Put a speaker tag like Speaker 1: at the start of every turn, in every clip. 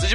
Speaker 1: Seja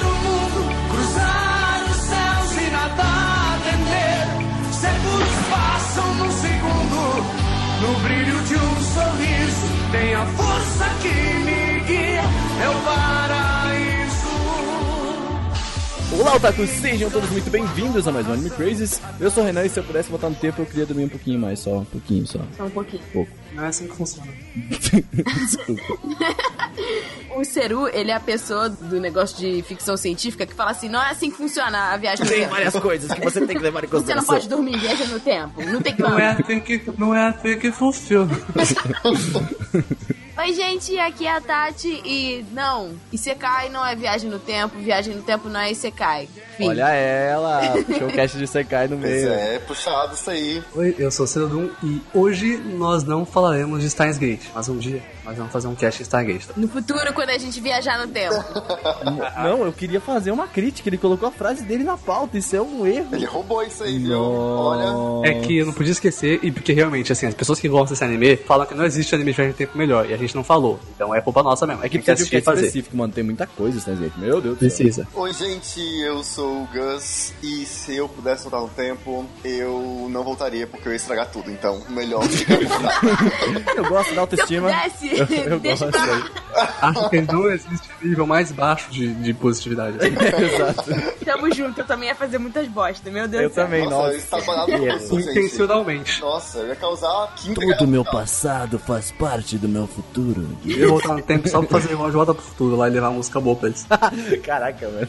Speaker 2: o mundo, cruzar os céus e nadar, vender. Segundos passam num segundo, no brilho de um sorriso. Tem a força que me guia, meu paraíso.
Speaker 3: Olá, Otaku, sejam todos muito bem-vindos a mais um Anime Crazes. Eu sou o Renan e se eu pudesse voltar no tempo, eu queria dormir um pouquinho mais, só um pouquinho só.
Speaker 4: Só um pouquinho.
Speaker 5: Não é assim que funciona.
Speaker 3: Desculpa.
Speaker 4: O Seru, ele é a pessoa do negócio de ficção científica que fala assim: não é assim que funciona a viagem no
Speaker 3: Tem
Speaker 4: tempo.
Speaker 3: várias coisas que você tem que levar
Speaker 4: Você
Speaker 3: em
Speaker 4: não
Speaker 3: consideração.
Speaker 4: pode dormir, viaja no tempo. Não tem como.
Speaker 5: Não é assim que, não é assim que funciona.
Speaker 4: Oi, gente, aqui é a Tati e. Não, Isekai não é viagem no tempo, viagem no tempo não é Isekai. Fim.
Speaker 3: Olha ela, puxou o cast de Sekai no
Speaker 6: Pois
Speaker 3: meio.
Speaker 6: é, é puxado isso aí.
Speaker 5: Oi, eu sou o Cedadum e hoje nós não falaremos de Steins Gate. Mas um dia nós vamos fazer um cast de Steins Gate.
Speaker 4: No futuro, quando a gente viajar no tempo.
Speaker 3: Não, eu queria fazer uma crítica, ele colocou a frase dele na pauta, isso é um erro.
Speaker 6: Ele roubou isso aí, viu? Olha.
Speaker 5: É que eu não podia esquecer, e porque realmente, assim, as pessoas que gostam desse anime falam que não existe anime de viagem no tempo melhor, e a gente não falou. Então é culpa nossa mesmo. É que
Speaker 3: que
Speaker 5: precisa
Speaker 3: precisa de um
Speaker 5: assistir e
Speaker 3: cast
Speaker 5: fazer.
Speaker 3: específico, mano, tem muita coisa, né, gente? Meu Deus do céu.
Speaker 5: Precisa.
Speaker 6: Oi, gente, eu sou o Gus e se eu pudesse voltar no tempo, eu não voltaria porque eu ia estragar tudo. Então, melhor ficar
Speaker 3: Eu gosto
Speaker 4: Se
Speaker 3: da
Speaker 4: eu
Speaker 3: autoestima.
Speaker 4: pudesse,
Speaker 3: Eu
Speaker 4: deixa
Speaker 3: gosto.
Speaker 4: pra lá.
Speaker 5: Acho que não existe nível mais baixo de, de positividade. assim.
Speaker 3: Exato.
Speaker 4: Tamo junto, eu também ia fazer muitas bostas, meu Deus
Speaker 3: Eu
Speaker 4: do céu.
Speaker 3: também,
Speaker 6: Nossa,
Speaker 3: nossa. é
Speaker 6: ele está parado com Tá isso, gente.
Speaker 5: Intencionalmente.
Speaker 6: Nossa, eu ia causar quinta
Speaker 7: Todo meu passado faz parte do meu futuro.
Speaker 5: Eu vou voltar no tempo só pra fazer igual de volta pro futuro lá e levar uma música boa pra eles.
Speaker 3: Caraca, mano.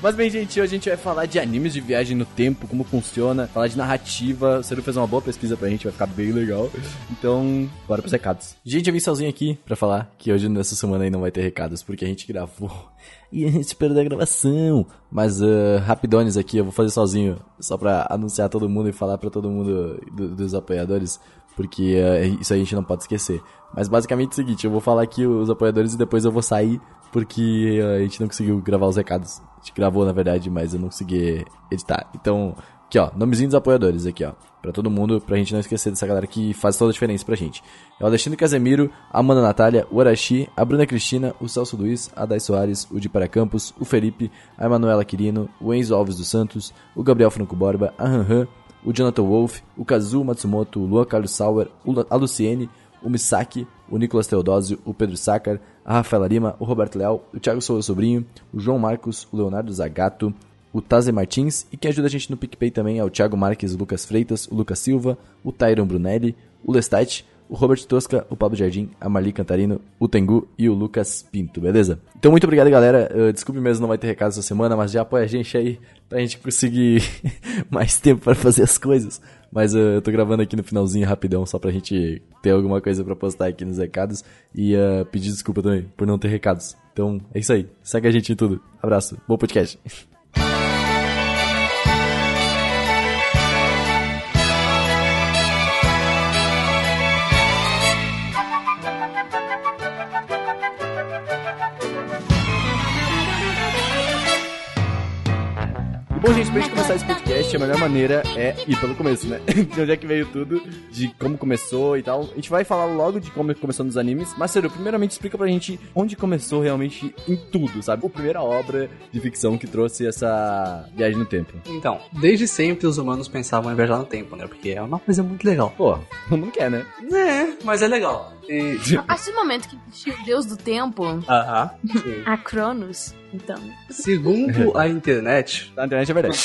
Speaker 3: Mas bem, gente, hoje a gente vai falar de animes de viagem no tempo, como funciona, falar de narrativa. O Seru fez uma boa pesquisa pra gente, vai ficar bem legal. Então, bora pros recados. Gente, eu vim sozinho aqui pra falar que hoje, nessa semana aí, não vai ter recados, porque a gente gravou e a gente perdeu a gravação. Mas, ah, rapidones aqui, eu vou fazer sozinho, só pra anunciar todo mundo e falar pra todo mundo do- dos apoiadores, porque ah, isso a gente não pode esquecer. Mas basicamente é o seguinte, eu vou falar aqui os apoiadores e depois eu vou sair, porque ah, a gente não conseguiu gravar os recados. A gente gravou, na verdade, mas eu não consegui editar. Então, aqui ó, nomezinho dos apoiadores aqui ó, pra todo mundo, pra gente não esquecer dessa galera que faz toda a diferença pra gente. É o Alexandre Casemiro, a Amanda Natália, o Arashi, a Bruna Cristina, o Celso Luiz, a Dai Soares, o de Paracampos, o Felipe, a Emanuela Quirino, o Enzo Alves dos Santos, o Gabriel Franco Borba, a Ranhan, o Jonathan Wolf, o Kazu Matsumoto, o Luan Carlos Sauer, o Lu- a Luciene, o Misaki, o Nicolas Teodósio, o Pedro Sácar, a Rafaela Lima, o Roberto Leal, o Thiago Souza Sobrinho, o João Marcos, o Leonardo Zagato, o Taze Martins e quem ajuda a gente no PicPay também é o Thiago Marques, o Lucas Freitas, o Lucas Silva, o Tyron Brunelli, o Lestat, o Robert Tosca, o Pablo Jardim, a Marli Cantarino, o Tengu e o Lucas Pinto, beleza? Então muito obrigado, galera. Eh, desculpe mesmo não vai ter recado essa semana, mas já apoia a gente aí pra gente conseguir mais tempo pra fazer as coisas. Mas eh, eu tô gravando aqui no finalzinho rapidão, só pra gente ter alguma coisa pra postar aqui nos recados. E eh, pedir desculpa também por não ter recados. Então é isso aí. Segue a gente em tudo. Abraço. Bom podcast. Bom, gente, pra gente começar esse podcast, a melhor maneira é ir pelo começo, né? De onde é que veio tudo, de como começou e tal. A gente vai falar logo de como começou nos animes. Mas, sério, primeiramente explica pra gente onde começou realmente em tudo, sabe? A primeira obra de ficção que trouxe essa viagem no tempo.
Speaker 5: Então, desde sempre os humanos pensavam em viajar no tempo, né? Porque é uma coisa muito legal.
Speaker 3: Pô, todo mundo quer, né?
Speaker 5: É, mas é legal. E...
Speaker 4: A partir do momento que existiu o Deus do Tempo,
Speaker 5: Aham.
Speaker 4: a Cronos, então.
Speaker 5: Segundo a internet,
Speaker 3: Na internet é verdade.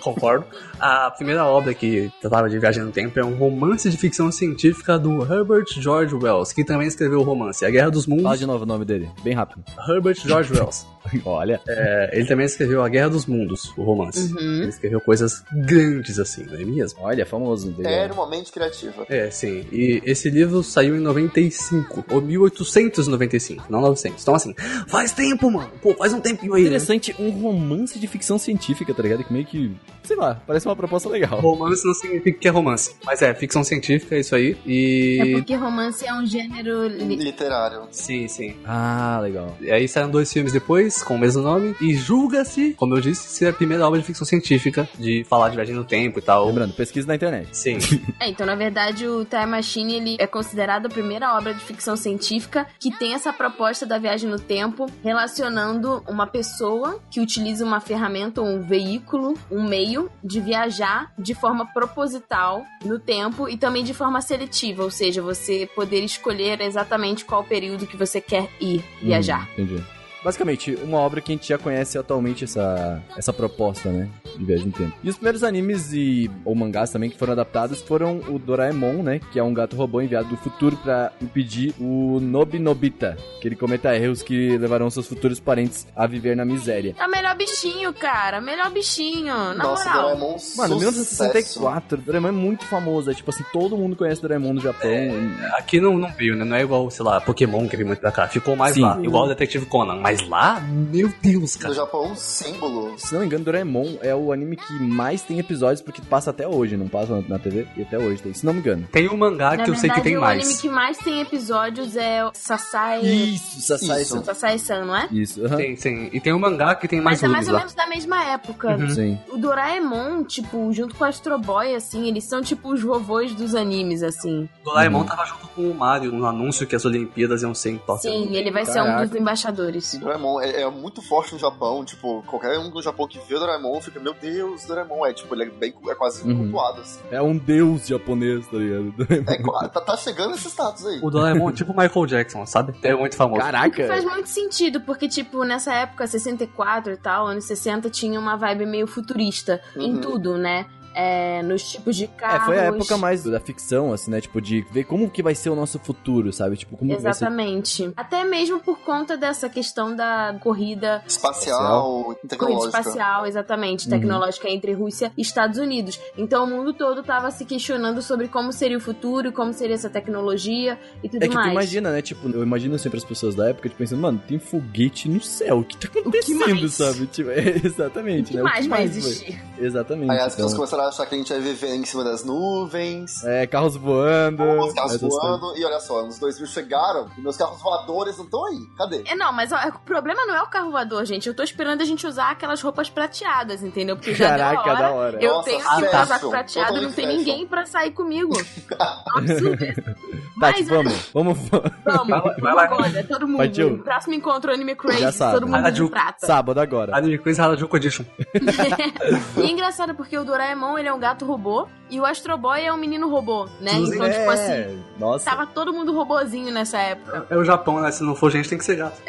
Speaker 5: concordo, a primeira obra que tratava de viagem no tempo é um romance de ficção científica do Herbert George Wells, que também escreveu o romance A Guerra dos
Speaker 3: Fala
Speaker 5: Mundos,
Speaker 3: de novo o nome dele, bem rápido.
Speaker 5: Herbert George Wells.
Speaker 3: Olha,
Speaker 5: É, ele também escreveu A Guerra dos Mundos, o
Speaker 4: Uhum.
Speaker 5: romance. Ele escreveu coisas grandes assim, não é mesmo?
Speaker 3: olha, famoso. Dele.
Speaker 6: Era uma mente criativa.
Speaker 5: É, sim. E esse livro saiu em 95, ou 1895, não 900. Então, assim,
Speaker 3: É
Speaker 5: faz tempo, mano. Pô, faz um tempinho aí. né?
Speaker 3: Interessante, um romance de ficção científica, tá ligado? Que meio que sei lá, parece uma proposta legal.
Speaker 5: Romance não significa que é romance. Mas é, ficção científica, é isso aí.
Speaker 4: É
Speaker 5: E.
Speaker 4: porque romance é um gênero. li-
Speaker 6: Literário.
Speaker 5: Sim, sim.
Speaker 3: Ah, legal.
Speaker 5: E aí saíram dois filmes depois, com o mesmo nome. E julga-se, como eu disse, ser a primeira obra de ficção científica, de falar de viagem no tempo e tal.
Speaker 3: Lembrando, pesquisa na internet.
Speaker 5: Sim.
Speaker 4: É, então, na verdade, o Time Machine ele é considerado a primeira obra de ficção científica que tem essa proposta da viagem no tempo, relacionando uma pessoa que utiliza uma ferramenta, ou um veículo, um meio de viajar de forma proposital no tempo e também de forma seletiva, ou seja, você poder escolher exatamente qual período que você quer ir viajar.
Speaker 3: Hum, entendi. Basicamente, uma obra que a gente já conhece atualmente essa, essa proposta, né? De viagem no tempo. E os primeiros animes e ou mangás também que foram adaptados foram o Doraemon, né? Que é um gato robô enviado do futuro pra impedir o Nobinobita, que ele cometa erros que levarão seus futuros parentes a viver na miséria.
Speaker 4: É o melhor bichinho, cara. Melhor bichinho. Na
Speaker 6: Nossa,
Speaker 4: moral.
Speaker 6: Doraemon
Speaker 3: Mano,
Speaker 6: sucesso.
Speaker 3: 1964, Doraemon é muito famoso, é tipo assim, todo mundo conhece Doraemon no Japão. e-
Speaker 5: Aqui não, não veio, né? Não é igual, sei lá, Pokémon que veio muito pra cá. Ficou mais
Speaker 3: Sim.
Speaker 5: lá. Igual o Detetive Conan. Mas lá, meu Deus,
Speaker 6: Do
Speaker 5: cara.
Speaker 6: Japão, um símbolo.
Speaker 3: Se não me engano, Doraemon é o anime que mais tem episódios, porque passa até hoje, não passa na- na TV? E até hoje tem, se não me engano.
Speaker 5: Tem um mangá
Speaker 4: Na
Speaker 5: que eu sei
Speaker 4: verdade,
Speaker 5: que tem
Speaker 4: o
Speaker 5: mais.
Speaker 4: anime que mais tem episódios é o Sasai.
Speaker 3: Isso, Sasai
Speaker 6: Isso.
Speaker 4: Sasai-san, não é?
Speaker 3: Isso, aham.
Speaker 5: Tem, sim. E tem um mangá que tem mais
Speaker 4: Mas é mais
Speaker 5: volumes
Speaker 4: ou
Speaker 5: lá.
Speaker 4: menos da mesma época.
Speaker 3: Sim.
Speaker 4: O Doraemon, tipo, junto com o Astro Boy, assim, eles são tipo os vovôs dos animes, assim.
Speaker 5: O Doraemon
Speaker 3: Uhum.
Speaker 5: tava junto com o Mario no anúncio que as Olimpíadas iam ser em Tóquio.
Speaker 4: Sim, ele vai ser
Speaker 3: Caraca.
Speaker 4: um dos embaixadores.
Speaker 6: Doraemon é, é muito forte no Japão, tipo, qualquer um do Japão que vê o Doraemon fica, meu Deus, Doraemon. É tipo, ele é bem é quase
Speaker 3: Uhum.
Speaker 6: cultuado, assim.
Speaker 3: É um deus japonês, tá ligado?
Speaker 6: É, qua- tá, tá chegando esse status aí.
Speaker 5: O Doraemon é tipo o Michael Jackson, sabe? É muito famoso.
Speaker 4: Faz
Speaker 3: Caraca!
Speaker 4: muito sentido, porque, tipo, nessa época, 64 e tal, anos 60, tinha uma vibe meio futurista em
Speaker 6: Uhum.
Speaker 4: tudo, né? É, nos tipos de
Speaker 3: É,
Speaker 4: carros.
Speaker 3: foi a época mais da ficção, assim, né? Tipo, de ver como que vai ser o nosso futuro, sabe? Tipo, como que vai ser...
Speaker 4: Exatamente. Até mesmo por conta dessa questão da corrida
Speaker 6: Espacial,
Speaker 4: corrida
Speaker 6: tecnológica.
Speaker 4: espacial, exatamente,
Speaker 3: Uhum.
Speaker 4: tecnológica entre Rússia e Estados Unidos. Então o mundo todo estava se questionando sobre como seria o futuro, como seria essa tecnologia e tudo
Speaker 3: É que tu
Speaker 4: mais.
Speaker 3: imagina, né? Tipo, eu imagino sempre as pessoas da época, tipo, pensando, mano, tem foguete no céu, o que tá acontecendo,
Speaker 4: mais?
Speaker 3: sabe? Tipo, é, exatamente,
Speaker 4: que
Speaker 3: né?
Speaker 4: mais vai
Speaker 3: foi?
Speaker 4: existir?
Speaker 3: Exatamente.
Speaker 6: Aí as pessoas
Speaker 3: então.
Speaker 6: começaram a achar que a gente ia viver em cima das nuvens.
Speaker 3: É, carros voando.
Speaker 6: Os carros
Speaker 3: essas coisas.
Speaker 6: voando, e olha só, anos 2000 chegaram, e meus carros voadores não estão aí. Cadê?
Speaker 4: É, não, mas ó, o problema não é o carro voador, gente. Eu tô esperando a gente usar aquelas roupas prateadas, entendeu? Porque já
Speaker 3: Caraca,
Speaker 4: deu a hora.
Speaker 3: da hora.
Speaker 4: Eu
Speaker 6: Nossa,
Speaker 4: tenho que
Speaker 6: fashion,
Speaker 4: usar prateado e não
Speaker 6: totalmente
Speaker 4: tem
Speaker 6: fashion.
Speaker 4: ninguém pra sair comigo. É um absurdo isso.
Speaker 3: Tá,
Speaker 4: Mas,
Speaker 3: tipo, vamos, vamos.
Speaker 4: Vamos,
Speaker 5: Vai lá,
Speaker 4: vamos
Speaker 5: vai lá.
Speaker 4: agora, todo mundo.
Speaker 3: Partiu.
Speaker 4: Próximo encontro Anime
Speaker 3: Já
Speaker 4: Crazy,
Speaker 3: sabe.
Speaker 4: todo mundo de
Speaker 5: Rádio-
Speaker 4: prata.
Speaker 3: Sábado agora.
Speaker 5: Anime Quiz Harajuku Edition.
Speaker 4: E é engraçado porque o Doraemon ele é um gato robô e o Astro Boy é um menino robô, né? Então, tipo assim,
Speaker 3: É, nossa.
Speaker 4: tava todo mundo robôzinho nessa época.
Speaker 5: É o Japão, né? Se não for gente, tem que ser gato.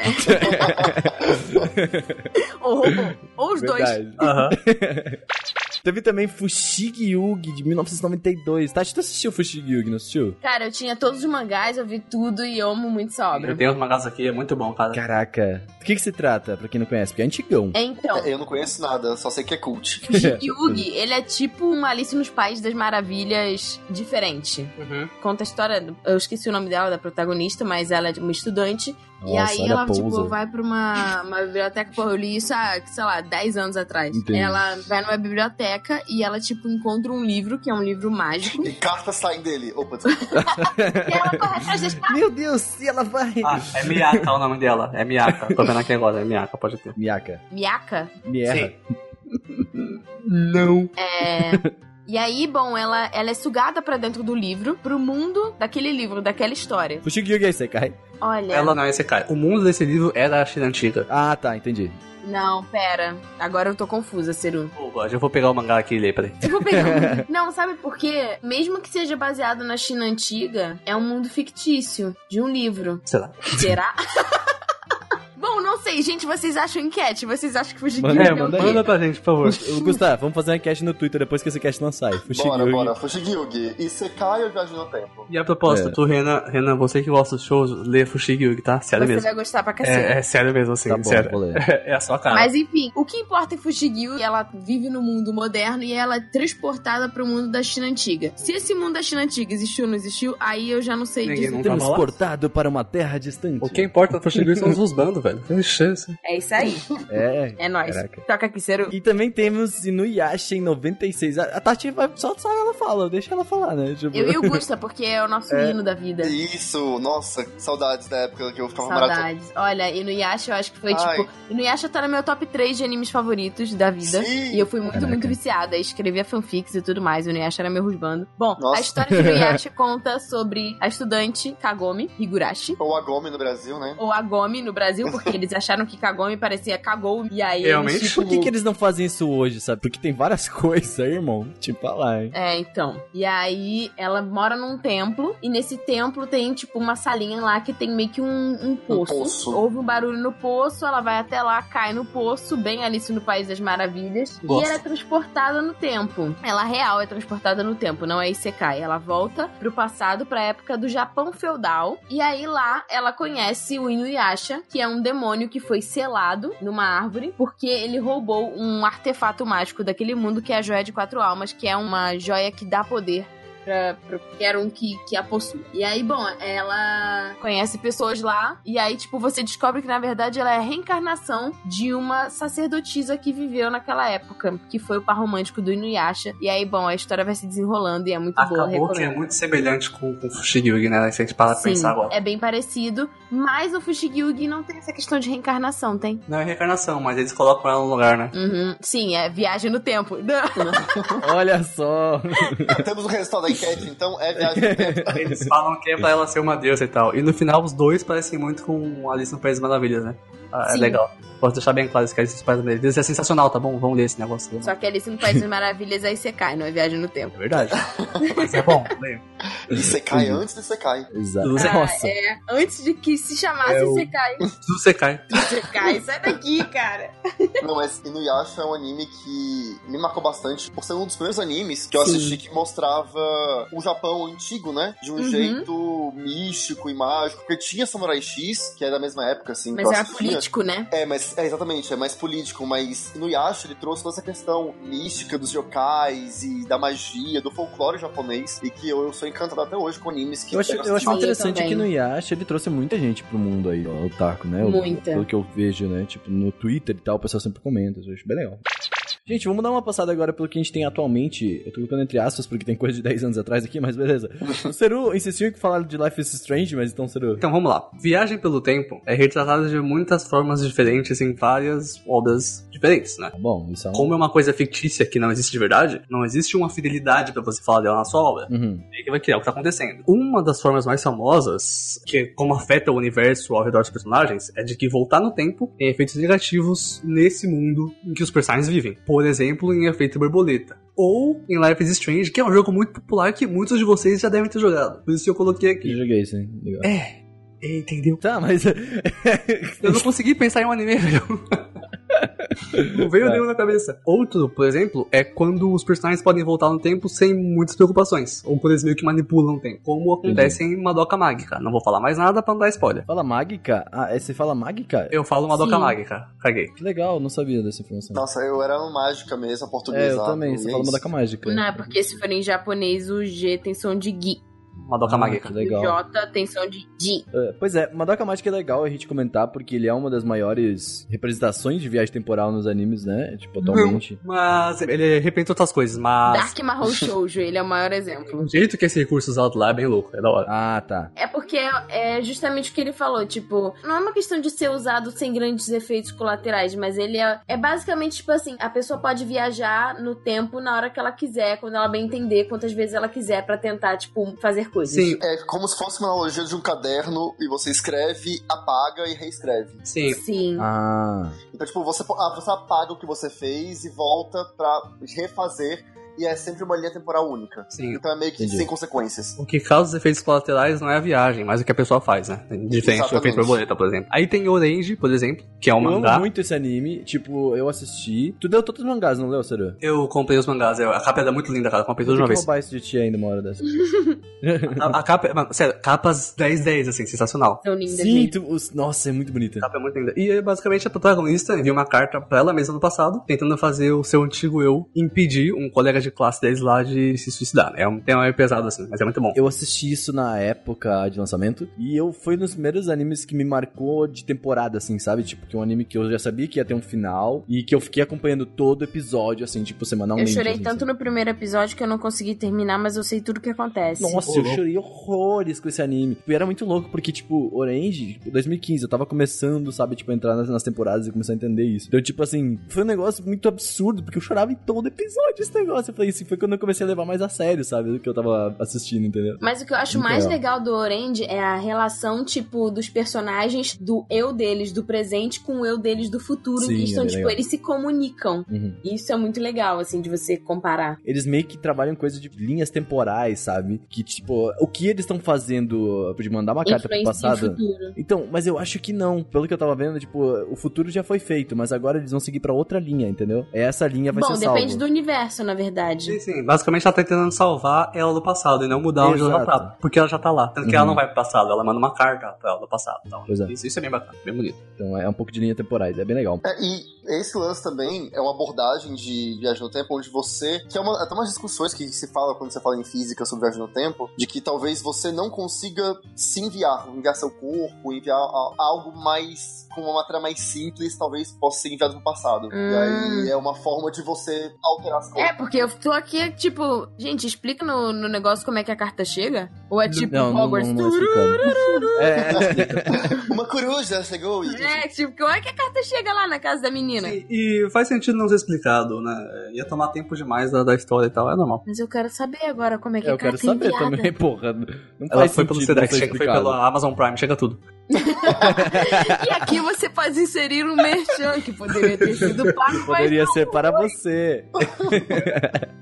Speaker 4: Ou robô. Ou os dois.
Speaker 3: Verdade.
Speaker 5: Aham.
Speaker 3: Teve também Fushigi Yugi de 1992. Tati, tu assistiu Fushigi Yugi, não assistiu?
Speaker 4: Cara, eu tinha todos os mangás, eu vi tudo e eu amo muito essa
Speaker 5: Eu
Speaker 4: obra.
Speaker 5: tenho os mangás aqui, é muito bom, cara.
Speaker 3: Caraca. Do que que se trata, pra quem não conhece? Porque é antigão.
Speaker 4: É, Então,
Speaker 6: Eu não conheço nada, só sei que é cult.
Speaker 4: o Jig Yugi, ele é tipo um Alice nos País das Maravilhas diferente.
Speaker 5: Uhum.
Speaker 4: Conta a história, do- eu esqueci o nome dela, da protagonista, mas ela é uma estudante e
Speaker 3: Nossa,
Speaker 4: aí
Speaker 3: olha
Speaker 4: ela,
Speaker 3: a pousa.
Speaker 4: tipo, vai pra uma, uma biblioteca, pô, eu li isso há, sei lá, 10 anos atrás.
Speaker 3: Entendi.
Speaker 4: Ela vai numa biblioteca e ela, tipo, encontra um livro, que é um livro mágico.
Speaker 6: E cartas saem dele. Opa, desculpa.
Speaker 4: e ela corre atrás das
Speaker 3: Meu Deus, e ela vai...
Speaker 5: Ah, é Miyaka o nome dela. É Miyaka. Tô vendo aqui agora, é Miyaka, pode ter.
Speaker 3: Miyaka,
Speaker 4: Miaka.
Speaker 3: me erra.
Speaker 5: Sim. Não.
Speaker 4: É... E aí, bom, ela, ela é sugada pra dentro do livro, pro mundo daquele livro, daquela história.
Speaker 3: Fushigi Yugi é esse, cai?
Speaker 4: Olha,
Speaker 5: Ela não é esse cara. O mundo desse livro era a China antiga.
Speaker 3: Ah, tá, entendi.
Speaker 4: não, pera, agora eu tô confusa, Seru.
Speaker 5: Pô, eu vou pegar o mangá aqui e ler, peraí.
Speaker 4: Eu vou pegar. Não, sabe por quê? Mesmo que seja baseado na China antiga, é um mundo fictício de um livro.
Speaker 5: Sei lá.
Speaker 4: Será? Bom, não sei, gente. Vocês acham enquete? Vocês acham que fugir
Speaker 3: Manda-
Speaker 5: É,
Speaker 3: Não,
Speaker 5: manda,
Speaker 3: manda aí.
Speaker 5: pra gente, por favor.
Speaker 3: Ô, Gustavo, vamos fazer uma enquete no Twitter depois que esse cast lançar. aí. Fushigi
Speaker 6: Bora,
Speaker 3: Yugi.
Speaker 6: bora. Fushigyugi. E você cai ou viaja no tempo?
Speaker 5: E a proposta,
Speaker 3: É.
Speaker 5: tu, Renan, Renan, você que gosta dos shows, lê Fushigi Yugi, tá? Sério
Speaker 4: Você
Speaker 5: mesmo.
Speaker 4: vai gostar pra cacete.
Speaker 5: É, é sério mesmo, assim,
Speaker 3: Tá bom,
Speaker 5: sério.
Speaker 3: vou ler.
Speaker 5: É, a sua cara.
Speaker 4: Mas enfim, o que importa é Fushigyu, ela vive no mundo moderno e ela é transportada pro mundo da China antiga. Se esse mundo da China antiga existiu ou não existiu, aí eu já não sei
Speaker 5: Ninguém
Speaker 4: dizer.
Speaker 5: não- Vamos lá?
Speaker 3: Transportado para uma terra distante.
Speaker 5: O que importa do Fushigi Yugi são os bandos, velho. Ixi, chance.
Speaker 4: É isso aí.
Speaker 3: É.
Speaker 4: É nóis.
Speaker 5: Caraca.
Speaker 4: Toca aqui, Seru.
Speaker 3: E também temos Inuyasha em 96. A, a Tati vai só, só ela fala, deixa ela falar, né? Tipo,
Speaker 4: Eu e o Gusta, porque é o nosso hino da vida.
Speaker 6: Isso, nossa, saudades da época que eu ficava maratona.
Speaker 4: Saudades. Olha, Inuyasha eu acho que foi
Speaker 6: Ai.
Speaker 4: tipo. Inuyasha tá no meu top 3 de animes favoritos da vida.
Speaker 6: Sim.
Speaker 4: E eu fui muito, muito viciada. Escrevia fanfics e tudo mais. O Inuyasha era meu rusbando. Bom, a história de Inuyasha conta sobre a estudante Kagome Higurashi.
Speaker 6: Ou a Gomi no Brasil, né?
Speaker 4: Ou a Gomi no Brasil, porque eles acharam que Kagome parecia Kagou. E aí. eles,
Speaker 5: Realmente?
Speaker 4: tipo,
Speaker 3: Por que, que eles não fazem isso hoje, sabe? Porque tem várias coisas aí, irmão. Tipo, olha lá, hein?
Speaker 4: É, então. E aí ela mora num templo e nesse templo tem tipo uma salinha lá que tem meio que um, um poço.
Speaker 6: poço.
Speaker 4: Houve um barulho no poço, ela vai até lá, cai no poço, bem Alice no País das Maravilhas, e
Speaker 5: Gosto.
Speaker 4: ela é transportada no tempo. Ela real é transportada no tempo, não é Isekai. Ela volta pro passado, pra época do Japão feudal, e aí lá ela conhece o Inuyasha, que é um demônio que foi selado numa árvore porque ele roubou um artefato mágico daquele mundo que é a joia de quatro almas, que é uma joia que dá poder pra, pra qualquer um que, que a possui. E aí, bom, ela conhece pessoas lá, e aí, tipo, você descobre que na verdade ela é a reencarnação de uma sacerdotisa que viveu naquela época, que foi o par romântico do Inuyasha. E aí, bom, a história vai se desenrolando e é muito boa,
Speaker 5: Acabou que é
Speaker 4: recomendo.
Speaker 5: muito semelhante com, com o Fushigi, né? Se a gente para pra
Speaker 4: Sim,
Speaker 5: pensar agora.
Speaker 4: é bem parecido, mas o Fushigyugi não tem essa questão de reencarnação, tem?
Speaker 5: Não é reencarnação, mas eles colocam ela no lugar, né?
Speaker 4: Uhum. Sim, é viagem no tempo.
Speaker 3: Olha só.
Speaker 6: Ah, Temos o resultado da enquete, então é viagem no tempo.
Speaker 5: Eles falam que é pra ela ser uma deusa e tal. E no final, os dois parecem muito com Alice no País das Maravilhas, né? Ah, é
Speaker 4: Sim.
Speaker 5: legal. Posso deixar bem claro isso que Alice no País das Maravilhas é sensacional, tá bom? Vamos ler esse negócio.
Speaker 4: Só que Alice no País das Maravilhas aí você cai, não é viagem no tempo.
Speaker 5: É verdade. Mas é bom, leio.
Speaker 6: E você cai antes de você cai.
Speaker 3: Exato.
Speaker 5: Nossa,
Speaker 3: Nossa.
Speaker 4: É, antes de que se chamasse
Speaker 5: É o-
Speaker 4: você cai.
Speaker 5: tudo você cai.
Speaker 4: Você cai, sai daqui, cara.
Speaker 6: Não, mas Inuyasha é um anime que me marcou bastante por ser um dos primeiros animes que eu assisti que mostrava o Japão antigo, né? De um
Speaker 4: Uhum.
Speaker 6: jeito místico e mágico. Porque tinha Samurai X, que é da mesma época, assim. que
Speaker 4: Mas
Speaker 6: eu
Speaker 4: era
Speaker 6: assistia.
Speaker 4: político, né?
Speaker 6: É, mas é, exatamente, é mais político, mas no Yasha ele trouxe toda essa questão mística dos yokais e da magia, do folclore japonês, e que eu, eu sou encantado até hoje com animes que
Speaker 3: Eu acho,
Speaker 6: pegam
Speaker 3: eu
Speaker 6: essas
Speaker 3: acho
Speaker 4: Sim,
Speaker 3: interessante
Speaker 4: também.
Speaker 3: que no Yasha ele trouxe muita gente pro mundo aí, ó, otaku, né? O-
Speaker 4: Muita.
Speaker 3: Pelo que eu vejo, né? Tipo, no Twitter e tal, o pessoal sempre comenta, eu acho bem legal. Gente, vamos dar uma passada agora pelo que a gente tem atualmente. Eu tô colocando entre aspas porque tem coisa de 10 anos atrás aqui, mas beleza. O Seru insistiu que falaram de Life is Strange, mas então, Seru.
Speaker 5: Então vamos lá. Viagem pelo tempo é retratada de muitas formas diferentes em várias obras diferentes, né?
Speaker 3: Tá bom, isso é um.
Speaker 5: Como é uma coisa fictícia que não existe de verdade, não existe uma fidelidade pra você falar dela na sua obra.
Speaker 3: Uhum.
Speaker 5: E que vai criar o que tá acontecendo. Uma das formas mais famosas, que é como afeta o universo ao redor dos personagens, é de que voltar no tempo tem efeitos negativos nesse mundo em que os personagens vivem. Por exemplo, em efeito borboleta. Ou em Life is Strange, que é um jogo muito popular que muitos de vocês já devem ter jogado. Por isso que eu coloquei
Speaker 3: Eu
Speaker 5: aqui.
Speaker 3: joguei isso, hein? Legal.
Speaker 5: É, entendeu?
Speaker 3: Tá, mas.
Speaker 5: Eu não consegui pensar em um anime, velho. Não veio
Speaker 3: Tá.
Speaker 5: nenhum na cabeça. Outro, por exemplo, é quando os personagens podem voltar no tempo sem muitas preocupações. Ou quando eles meio que manipulam o tempo. Como acontece em Madoka Mágica. Não vou falar mais nada pra não dar spoiler.
Speaker 3: fala mágica? Ah, é, você fala mágica?
Speaker 5: Eu falo Madoka
Speaker 4: Sim.
Speaker 5: Mágica. Caguei.
Speaker 3: Que legal, não sabia dessa informação.
Speaker 6: Nossa, eu era uma mágica mesmo,
Speaker 3: é,
Speaker 6: portuguesa.
Speaker 3: eu também, você fala Madoka Mágica.
Speaker 4: Não, é porque se for em japonês, o G tem som de Gui.
Speaker 5: Madoka
Speaker 3: Ah,
Speaker 5: Mágica.
Speaker 3: que
Speaker 4: O
Speaker 3: legal.
Speaker 4: J tem som de Di.
Speaker 3: É, pois é, Madoka Mágica é legal a gente comentar porque ele é uma das maiores representações de viagem temporal nos animes, né? Tipo, atualmente.
Speaker 5: Mas ele repente outras coisas, mas.
Speaker 4: Dark Mahou Shoujo, ele é o maior exemplo.
Speaker 5: O jeito que esse recurso usado lá é bem louco, é da hora.
Speaker 3: Ah, tá.
Speaker 4: É porque é justamente o que ele falou, tipo, não é uma questão de ser usado sem grandes efeitos colaterais, mas ele é, é basicamente tipo assim, a pessoa pode viajar no tempo na hora que ela quiser, quando ela bem entender, quantas vezes ela quiser pra tentar, tipo, fazer coisas.
Speaker 5: Sim,
Speaker 6: É como se fosse uma analogia de um caderno e você escreve, apaga e reescreve.
Speaker 5: sim.
Speaker 4: Sim.
Speaker 3: Ah,
Speaker 6: Então, tipo, você, po- ah, você apaga o que você fez e volta pra refazer, e é sempre uma linha temporal única.
Speaker 5: Sim.
Speaker 6: Então é meio que
Speaker 3: Entendi.
Speaker 6: sem consequências.
Speaker 5: O que causa os efeitos colaterais não é a viagem, mas o que a pessoa faz, né? Diferente do
Speaker 6: Exatamente.
Speaker 5: efeito borboleta, por exemplo. Aí tem Orange, por exemplo, que é um
Speaker 3: eu
Speaker 5: mangá.
Speaker 3: amo muito esse anime. Tipo, eu assisti. Tu deu todos os mangás, não leu, Seru?
Speaker 5: Eu comprei os mangás, eu- a capa era muito linda, cara. Comprei tudo de
Speaker 3: Tem
Speaker 5: uma
Speaker 3: que
Speaker 5: vez.
Speaker 3: roubar isso de ti ainda uma hora dessa.
Speaker 4: Uhum.
Speaker 5: A, a capa, mano, sério, capas 10-10, assim, sensacional.
Speaker 4: Tão lindas
Speaker 3: Sim,
Speaker 4: mesmo.
Speaker 3: tu, os- nossa, é muito bonita.
Speaker 5: A capa é muito linda. E aí, basicamente a protagonista enviou uma carta pra ela mesma no passado, tentando fazer o seu antigo eu impedir um colega de classe deles lá de se suicidar. né? É um tema meio pesado assim, mas é muito bom.
Speaker 3: Eu assisti isso na época de lançamento e eu foi nos primeiros animes que me marcou de temporada, assim, sabe? Tipo, que é um anime que eu já sabia que ia ter um final e que eu fiquei acompanhando todo episódio, assim, tipo,
Speaker 4: Eu
Speaker 3: semanalmente.
Speaker 4: chorei
Speaker 3: assim,
Speaker 4: tanto
Speaker 3: sabe?
Speaker 4: no primeiro episódio que eu não consegui terminar, mas eu sei tudo o que acontece.
Speaker 3: Nossa, eu chorei horrores com esse anime. E era muito louco, porque, tipo, Orange, 2015, eu tava começando, sabe, tipo, a entrar nas, nas temporadas e começar a entender isso. Então, tipo assim, foi um negócio muito absurdo, porque eu chorava em todo episódio esse negócio. Eu falei assim, foi quando eu comecei a levar mais a sério, sabe, do que eu tava assistindo, entendeu?
Speaker 4: Mas o que eu acho
Speaker 3: Muito
Speaker 4: mais
Speaker 3: legal.
Speaker 4: legal do Orange é a relação, tipo, dos personagens do eu deles do presente com o eu deles do futuro.
Speaker 3: Sim,
Speaker 4: que
Speaker 3: é
Speaker 4: estão,
Speaker 3: bem
Speaker 4: tipo,
Speaker 3: legal.
Speaker 4: eles se comunicam.
Speaker 3: Uhum.
Speaker 4: Isso é muito legal, assim, de você comparar.
Speaker 3: Eles meio que trabalham coisa de linhas temporais, sabe? Que, tipo, o que eles estão fazendo de mandar uma carta pro
Speaker 4: Influencia o
Speaker 3: passado?
Speaker 4: futuro.
Speaker 3: Então, mas eu acho que não. Pelo que eu tava vendo, tipo, o futuro já foi feito, mas agora eles vão seguir pra outra linha, entendeu? É Essa linha vai
Speaker 4: Bom,
Speaker 3: ser salva.
Speaker 4: depende do universo, na verdade.
Speaker 5: Sim, sim. Basicamente ela tá tentando salvar ela do passado e não mudar onde ela já
Speaker 3: Exato.
Speaker 5: tá. Porque ela já tá lá. Tanto que
Speaker 3: Uhum.
Speaker 5: ela não vai pro passado, ela manda uma carta pra ela do passado. Então,
Speaker 3: Pois é.
Speaker 5: isso, isso é bem bacana, bem bonito.
Speaker 3: Então é um pouco de linha temporais, é bem legal.
Speaker 6: É, e esse lance também é uma abordagem de viagem no tempo onde você. Que é uma, até umas discussões que se fala quando você fala em física sobre viagem no tempo, de que talvez você não consiga se enviar, enviar seu corpo, enviar a- algo mais. com uma matéria mais simples, talvez possa ser enviado pro passado. E
Speaker 4: Hum.
Speaker 6: aí é uma forma de você alterar as coisas.
Speaker 4: É, porque eu tô aqui, tipo, gente, explica no, no negócio como é que a carta chega? Ou é tipo
Speaker 3: não, não,
Speaker 4: Hogwarts?
Speaker 3: não, não é explicando. É,
Speaker 6: Uma coruja chegou e.
Speaker 4: é, tipo, como é que a carta chega lá na casa da menina?
Speaker 5: Sim, e faz sentido não ser explicado, né? Ia tomar tempo demais da, da história e tal, é normal.
Speaker 4: Mas eu quero saber agora como é que
Speaker 3: eu
Speaker 4: a carta
Speaker 3: quero saber
Speaker 4: é enviada.
Speaker 3: também, porra. Não
Speaker 5: Ela
Speaker 3: faz
Speaker 5: foi pelo
Speaker 3: sentido
Speaker 5: Sedex,
Speaker 3: não ser
Speaker 5: chega, foi
Speaker 3: explicado.
Speaker 5: pela Amazon Prime, chega tudo.
Speaker 4: E aqui você pode inserir um merchan que poderia ter sido pago, mas
Speaker 3: Poderia ser para você.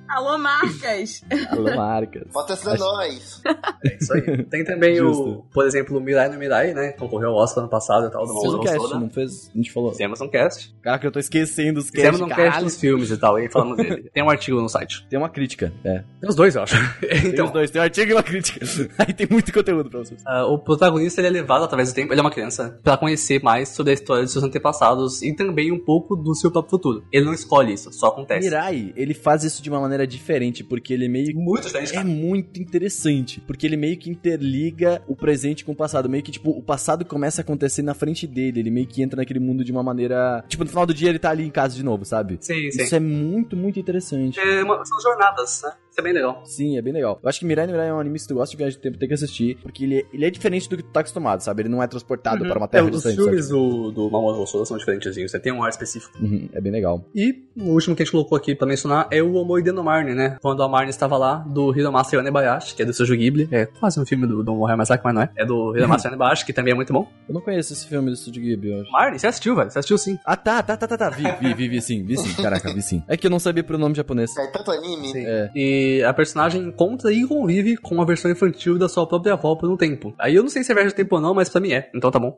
Speaker 4: alô marcas.
Speaker 3: Alô, Marcas.
Speaker 6: Patrocina nós!
Speaker 5: É isso aí. Tem também o,
Speaker 3: Justo.
Speaker 5: por exemplo, o Mirai no Mirai, né? Concorreu ao Oscar ano passado e tal, do
Speaker 3: Fez um
Speaker 5: Mauro
Speaker 3: cast,
Speaker 5: Soda.
Speaker 3: não fez? A gente falou.
Speaker 5: Fizemos um cast.
Speaker 3: Caraca, eu tô esquecendo os
Speaker 5: Fizemos
Speaker 3: casts.
Speaker 5: um cast
Speaker 3: caralho.
Speaker 5: dos filmes e tal, e falamos dele. Tem um artigo no site.
Speaker 3: Tem uma crítica, é.
Speaker 5: Tem os dois, eu acho.
Speaker 3: Tem
Speaker 5: Então,
Speaker 3: os dois, tem um artigo e uma crítica. Aí tem muito conteúdo pra vocês.
Speaker 5: Ah, o protagonista ele é levado através do tempo, ele é uma criança, pra conhecer mais sobre a história de seus antepassados e também um pouco do seu próprio futuro. Ele não escolhe isso, só acontece.
Speaker 3: Mirai, ele faz isso de uma maneira diferente, porque ele meio
Speaker 5: Muito diferente,
Speaker 3: É
Speaker 5: cara.
Speaker 3: muito interessante, porque ele meio que interliga o presente com o passado. Meio que, tipo, o passado começa a acontecer na frente dele. Ele meio que entra naquele mundo de uma maneira. Tipo, no final do dia ele tá ali em casa de novo, sabe?
Speaker 5: Sim,
Speaker 3: Isso
Speaker 5: sim.
Speaker 3: é muito, muito interessante.
Speaker 5: É uma- são jornadas, né? Isso é bem legal.
Speaker 3: Sim, é bem legal. Eu acho que Mirai no Mirai é um anime, se tu gosta de viagem do tempo, tem que assistir, porque ele é, ele é diferente do que tu tá acostumado, sabe? Ele não é transportado para uma
Speaker 5: É,
Speaker 3: terra
Speaker 5: os
Speaker 3: distante,
Speaker 5: filmes do, do Mamoru Hosoda são diferentes, você tem um ar específico.
Speaker 3: sabe? Uhum, é bem legal.
Speaker 5: E o último que a gente colocou aqui pra mencionar é o Omoide no Marne, né? Quando a Marne estava lá, do Hiromasa Yonebayashi, que é do Sujo Ghibli. É quase um filme do, do Morreu Masaki, mas não é. É do Hiromasa Yonebayashi, que também é muito bom.
Speaker 3: Eu não conheço esse filme do Studio Ghibli, eu acho.
Speaker 5: Marne, você assistiu, velho? Você assistiu sim.
Speaker 3: Ah, tá, tá, tá, tá, tá. Vi, vi, vi, vi sim, vi sim. Caraca, vi sim. É que eu não sabia pro nome japonês.
Speaker 6: É tanto anime.
Speaker 5: Sim.
Speaker 3: É.
Speaker 5: E a personagem encontra e convive com a versão infantil da sua própria avó por um tempo. Aí eu não sei se é viagem do tempo ou não, mas pra mim é. Então tá bom.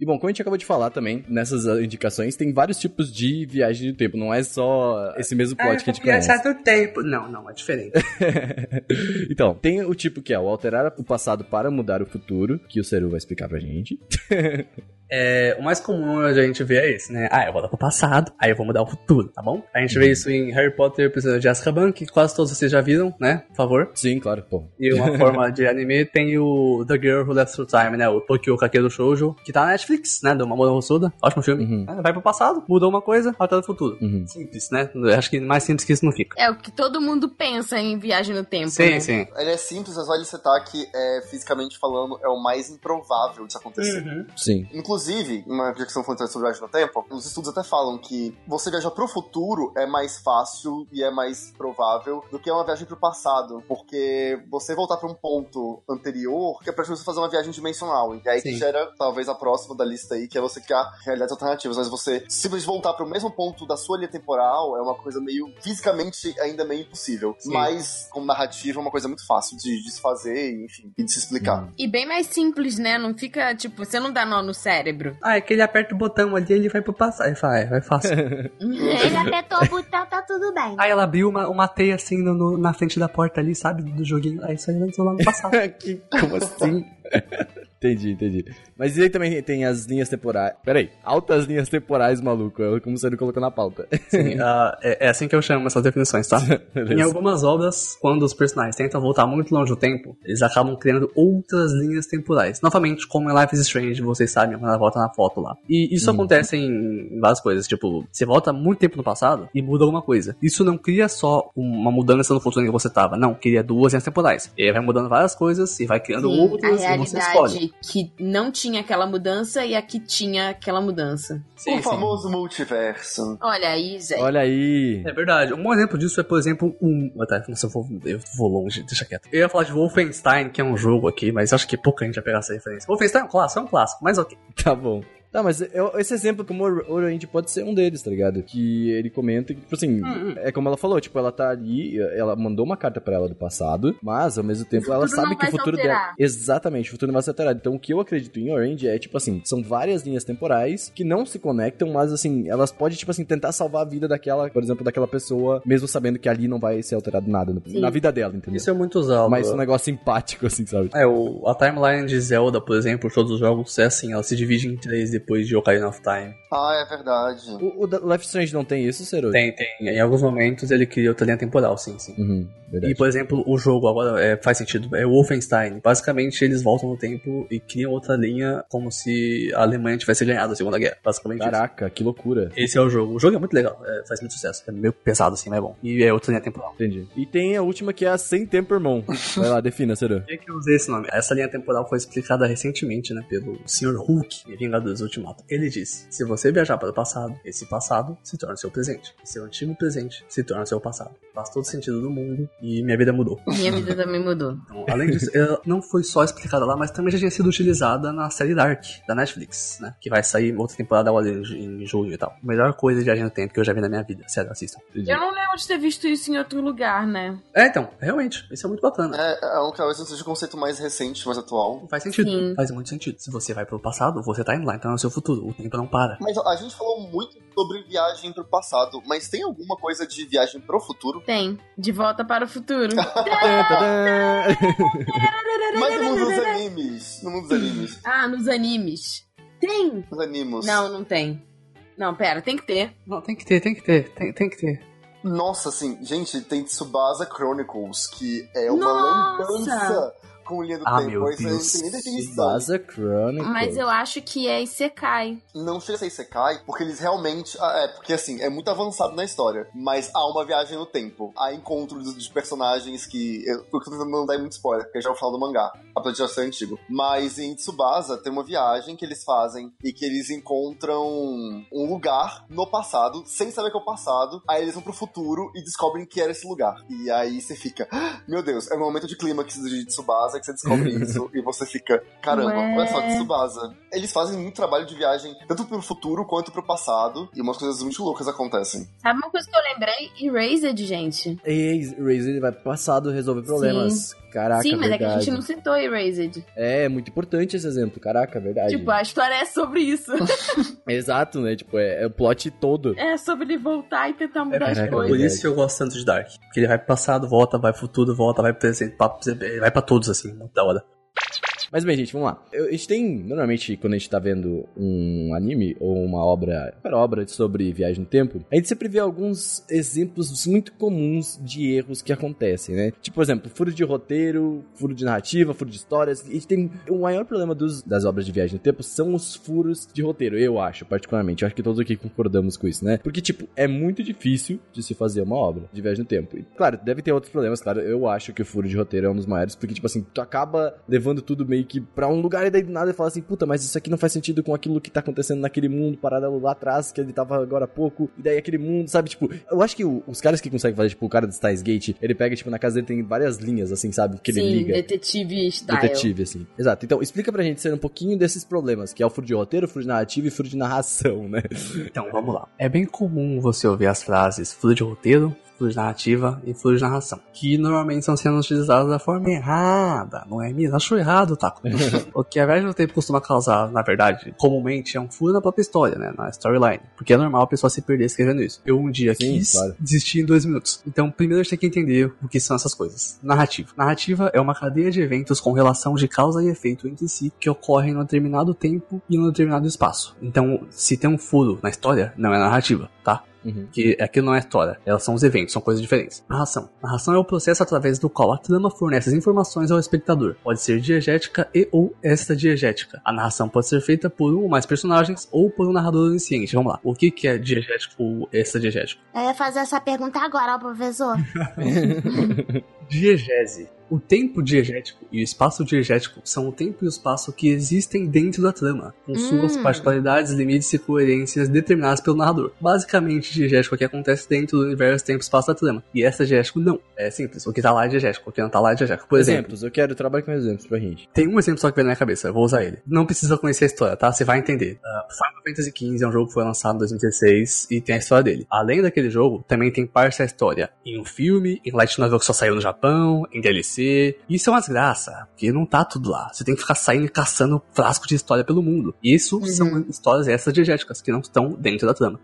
Speaker 3: E bom, como a gente acabou de falar também, nessas ah, indicações, tem vários tipos de viagem de tempo. Não é só esse mesmo
Speaker 5: Ah,
Speaker 3: plot que a gente conhece.
Speaker 5: do tempo. Não, não, é diferente.
Speaker 3: então, tem o tipo que é o alterar o passado para mudar o futuro, que o Seru vai explicar pra gente.
Speaker 5: É, o mais comum a gente vê é esse, né? Ah, eu vou lá pro passado, aí eu vou mudar o futuro, tá bom? A gente vê isso em Harry Potter e o Prisioneiro de Azkaban, que quase todos vocês já viram, né? Por favor.
Speaker 3: Sim, claro, pô.
Speaker 5: E uma forma de anime tem o The Girl Who Left Through Time, né? O Tokyo Kakeru Shoujo, que tá na Netflix, né? Do Mamoru Hosoda. Ótimo filme.
Speaker 3: Uhum.
Speaker 5: É, Vai pro passado, mudou uma coisa, altera o futuro.
Speaker 3: Uhum.
Speaker 5: Simples, né? Acho que mais simples que isso não fica.
Speaker 4: É o que todo mundo pensa em viagem no tempo. né?
Speaker 5: Sim, sim.
Speaker 6: Ele é simples, mas vale citar que, é, fisicamente falando, é o mais improvável disso acontecer.
Speaker 5: Uhum.
Speaker 3: Sim.
Speaker 6: Inclusive, uma projeção fantástica sobre viagem no tempo, os estudos até falam que você viajar pro futuro é mais fácil e é mais provável do que uma viagem pro passado, porque você voltar pra um ponto anterior, que é pra você fazer uma viagem dimensional, e aí que
Speaker 5: Sim.
Speaker 6: gera talvez a próxima da lista aí, que é você criar realidades alternativas, mas você simplesmente voltar pro mesmo ponto da sua linha temporal é uma coisa meio fisicamente ainda meio impossível,
Speaker 5: Sim.
Speaker 6: mas como narrativa é uma coisa muito fácil de, de se fazer, enfim, e de se explicar.
Speaker 4: né? E bem mais simples, né? Não fica, tipo, você não dá nó no cérebro.
Speaker 5: Ah, é que ele aperta o botão ali ele vai pro passado. Aí fala, é, vai fácil.
Speaker 4: É.
Speaker 8: Ele apertou o botão, tá tudo bem.
Speaker 5: aí ela abriu uma, uma teia assim no- no- na frente da porta ali, sabe? Do joguinho. Aí isso aí vai lá no passado.
Speaker 3: Que- Como assim? Entendi, entendi. Mas e aí também tem as linhas temporais. Peraí, altas linhas temporais, maluco. Eu como você não colocou na pauta.
Speaker 5: Sim, ah, é, é assim que eu chamo essas definições, tá? Em
Speaker 3: Beleza.
Speaker 5: algumas obras, quando os personagens tentam voltar muito longe do tempo, eles acabam criando outras linhas temporais. Novamente, como em Life is Strange, vocês sabem quando ela volta na foto lá. E isso acontece em várias coisas, tipo, você volta muito tempo no passado e muda alguma coisa. Isso não cria só uma mudança no futuro em que você tava, não, cria duas linhas temporais. E aí vai mudando várias coisas e vai criando
Speaker 4: Sim, a
Speaker 5: outras
Speaker 3: assim,
Speaker 5: e você escolhe.
Speaker 4: realidade que não tinha aquela mudança e a que tinha aquela mudança.
Speaker 6: o famoso multiverso.
Speaker 4: Olha aí, Zé.
Speaker 3: Olha aí.
Speaker 5: É verdade. Um bom exemplo disso é, por exemplo, um. Ah, tá, nossa, eu vou, eu vou longe, deixa quieto. Eu ia falar de Wolfenstein, que é um jogo aqui, mas acho que pouca gente vai pegar essa referência. Wolfenstein é um clássico, é um clássico, mas ok.
Speaker 3: Tá bom. Tá, mas eu- esse exemplo como o Oriente pode ser um deles, tá ligado? Que ele comenta que, tipo assim,
Speaker 4: Hum,
Speaker 3: é como ela falou, tipo, ela tá ali, ela mandou uma carta pra ela do passado, mas ao mesmo tempo
Speaker 4: O
Speaker 3: ela
Speaker 4: futuro
Speaker 3: sabe
Speaker 4: não
Speaker 3: que
Speaker 4: vai
Speaker 3: o
Speaker 4: se
Speaker 3: futuro
Speaker 4: alterar.
Speaker 3: dela. Exatamente, o futuro não vai ser alterado. Então o que eu acredito em Orange é, tipo assim, são várias linhas temporais que não se conectam, mas assim, elas podem, tipo assim, tentar salvar a vida daquela, por exemplo, daquela pessoa, mesmo sabendo que ali não vai ser alterado nada no-
Speaker 4: Sim.
Speaker 3: na vida dela, entendeu?
Speaker 5: Isso é muito usado.
Speaker 3: Mas é um negócio simpático, assim, sabe?
Speaker 5: É, o, a timeline de Zelda, por exemplo, todos os jogos é assim, ela se divide em três depois de Ocarina of Time.
Speaker 6: Ah, é verdade.
Speaker 3: O, o da- Life is Strange não tem isso, Seru?
Speaker 5: Tem, tem. Em alguns momentos ele cria outra linha temporal, sim, sim.
Speaker 3: Uhum, verdade.
Speaker 5: E, por exemplo, o jogo agora é, faz sentido, é o Wolfenstein. Basicamente, eles voltam no tempo e criam outra linha como se a Alemanha tivesse ganhado a Segunda Guerra. Basicamente isso.
Speaker 3: Caraca, que loucura.
Speaker 5: Esse é o jogo. O jogo é muito legal, é, faz muito sucesso. É meio pesado assim, mas é bom. E é outra linha temporal.
Speaker 3: Entendi. E tem a última que é a Sem Tempo Irmão. Vai lá, defina, Seru.
Speaker 5: Por é que que eu usei esse nome? Essa linha temporal foi explicada recentemente, né, pelo Sr. Hulk em Vingadores Ultimato. Ele disse: se você viajar para o passado, esse passado se torna seu presente. Seu antigo presente se torna seu passado. Faz todo sentido do mundo e minha vida mudou.
Speaker 4: Minha vida também mudou.
Speaker 5: Então, além disso, ela não foi só explicada lá, mas também já tinha sido utilizada na série Dark, da Netflix, né? Que vai sair outra temporada agora em ju- em junho e tal. Melhor coisa de viagem no tempo que eu já vi na minha vida. Sério, assistam.
Speaker 4: Eu não lembro de ter visto isso em outro lugar, né?
Speaker 5: É, então, realmente, isso é muito bacana.
Speaker 6: É, é um que talvez não seja o conceito mais recente, mais atual.
Speaker 5: Faz sentido,
Speaker 4: Sim.
Speaker 5: faz muito sentido. Se você vai pro passado, você tá indo lá, então é o seu futuro. O tempo não para.
Speaker 6: Mas a gente falou muito sobre viagem pro passado, mas tem alguma coisa de viagem pro futuro?
Speaker 4: Tem. De volta para o futuro.
Speaker 6: Mas no mundo dos animes. No mundo dos animes.
Speaker 4: ah, nos animes. Tem?
Speaker 6: Nos animos.
Speaker 4: Não, não tem. Não, pera, tem que ter.
Speaker 5: Não, tem que ter, tem que ter, tem, tem que ter.
Speaker 6: Nossa, assim, gente, tem Tsubasa Chronicles, que é uma
Speaker 4: Nossa!
Speaker 6: lambança com linha do
Speaker 5: Ah,
Speaker 6: tempo.
Speaker 5: meu
Speaker 6: Isso aí
Speaker 5: Deus.
Speaker 6: não tem nem definição.
Speaker 3: Vaza Chronicles.
Speaker 4: Mas eu acho que é Isekai.
Speaker 6: Não chega a ser Isekai, porque eles realmente. ah, é, porque assim, é muito avançado na história. Mas há uma viagem no tempo. Há encontro de, de personagens que. Eu, eu tô tentando não dar muito spoiler, porque já vou falar do mangá. Apesar de já ser antigo. Mas em Tsubasa tem uma viagem que eles fazem e que eles encontram um lugar no passado, sem saber que é o passado. Aí eles vão pro futuro e descobrem que era esse lugar. E aí você fica. "Ah, Meu Deus, é um momento de clímax de Tsubasa que você descobre isso e você fica. Caramba,
Speaker 4: Ué.
Speaker 6: olha só, Tsubasa eles fazem muito trabalho de viagem, tanto pro futuro quanto pro passado, e umas coisas muito loucas acontecem.
Speaker 4: Sabe uma coisa que eu lembrei? Erased, gente.
Speaker 3: Ei, Razer ele vai pro passado resolver problemas. Caraca,
Speaker 4: Sim, mas é que a
Speaker 3: verdade.
Speaker 4: gente não citou Erased.
Speaker 3: É, é muito importante esse exemplo. Caraca, verdade.
Speaker 4: Tipo, a história é sobre isso.
Speaker 3: Exato, né? Tipo, é, é o plot todo.
Speaker 4: É sobre ele voltar e tentar mudar
Speaker 3: Caraca,
Speaker 4: as
Speaker 5: Por
Speaker 4: coisas.
Speaker 3: É verdade.
Speaker 5: isso que eu gosto tanto de Dark. Porque ele vai pro passado, volta, vai pro futuro, volta, vai pro presente, papo, ele vai pra todos, assim, muito da hora.
Speaker 3: Mas bem, gente, vamos lá. Eu- a gente tem, normalmente, quando a gente tá vendo um anime ou uma obra, qualquer obra sobre viagem no tempo, a gente sempre vê alguns exemplos muito comuns de erros que acontecem, né? Tipo, por exemplo, furo de roteiro, furo de narrativa, furo de histórias. A gente tem o maior problema dos- das obras de viagem no tempo são os furos de roteiro, eu acho, particularmente. Eu acho que todos aqui concordamos com isso, né? Porque, tipo, é muito difícil de se fazer uma obra de viagem no tempo. E, claro, deve ter outros problemas, claro. Eu acho que o furo de roteiro é um dos maiores, porque, tipo assim, tu acaba levando tudo meio que pra um lugar e daí do nada e fala assim, puta, mas isso aqui não faz sentido com aquilo que tá acontecendo naquele mundo paralelo lá atrás, que ele tava agora há pouco, e daí aquele mundo, sabe? Tipo, eu acho que o- os caras que conseguem fazer, tipo, o cara do Steins Gate, ele pega, tipo, na casa dele tem várias linhas, assim, sabe? Que ele
Speaker 4: Sim,
Speaker 3: liga
Speaker 4: detetive style.
Speaker 3: detetive, assim. Exato. Então, explica pra gente ser um pouquinho desses problemas, que é o furo de roteiro, furo de narrativa e furo de narração, né?
Speaker 5: Então, vamos lá. É bem comum você ouvir as frases furo de roteiro, fluido de narrativa e fluido de narração, que normalmente são sendo utilizados da forma errada, não é mesmo? Achou errado, Taco. o que a viagem no um tempo costuma causar, na verdade, comumente é um furo na própria história, né? Na storyline. Porque é normal a pessoa se perder escrevendo isso. Eu um dia
Speaker 3: Sim,
Speaker 5: quis
Speaker 3: claro.
Speaker 5: desistir em dois minutos. Então, primeiro a gente tem que entender o que são essas coisas. Narrativa. Narrativa é uma cadeia de eventos com relação de causa e efeito entre si que ocorrem em um determinado tempo e em um determinado espaço. Então, se tem um furo na história, não é narrativa, tá? Que aquilo não é história, elas são os eventos, são coisas diferentes. Narração. Narração é o processo através do qual a trama fornece as informações ao espectador. Pode ser diegética e ou extra-diegética. A narração pode ser feita por um ou mais personagens ou por um narrador onisciente. Vamos lá. O que, que é diegético ou extra-diegético?
Speaker 8: Eu ia fazer essa pergunta agora, ó, professor.
Speaker 5: Diegese. O tempo diegético e o espaço diegético são o tempo e o espaço que existem dentro da trama, com suas
Speaker 4: Hum.
Speaker 5: particularidades, limites e coerências determinadas pelo narrador. Basicamente, diegético é o que acontece dentro do universo, tempo e espaço da trama. E essa diegético não. É simples. O que tá lá é diegético, o que não tá lá é diegético. Por exemplo,
Speaker 3: exemplos, eu quero trabalhar com exemplos pra gente.
Speaker 5: tem um exemplo só que vem na minha cabeça, eu vou usar ele. Não precisa conhecer a história, tá? Você vai entender. Ah, Final Fantasy XV é um jogo que foi lançado em 2016 e tem a história dele. Além daquele jogo, também tem parte da história em um filme, em light novel que só saiu no Japão, em DLC. Isso é uma desgraça, porque não tá tudo lá. Você tem que ficar saindo e caçando frasco de história pelo mundo. Isso são histórias essas diegéticas que não estão dentro da trama.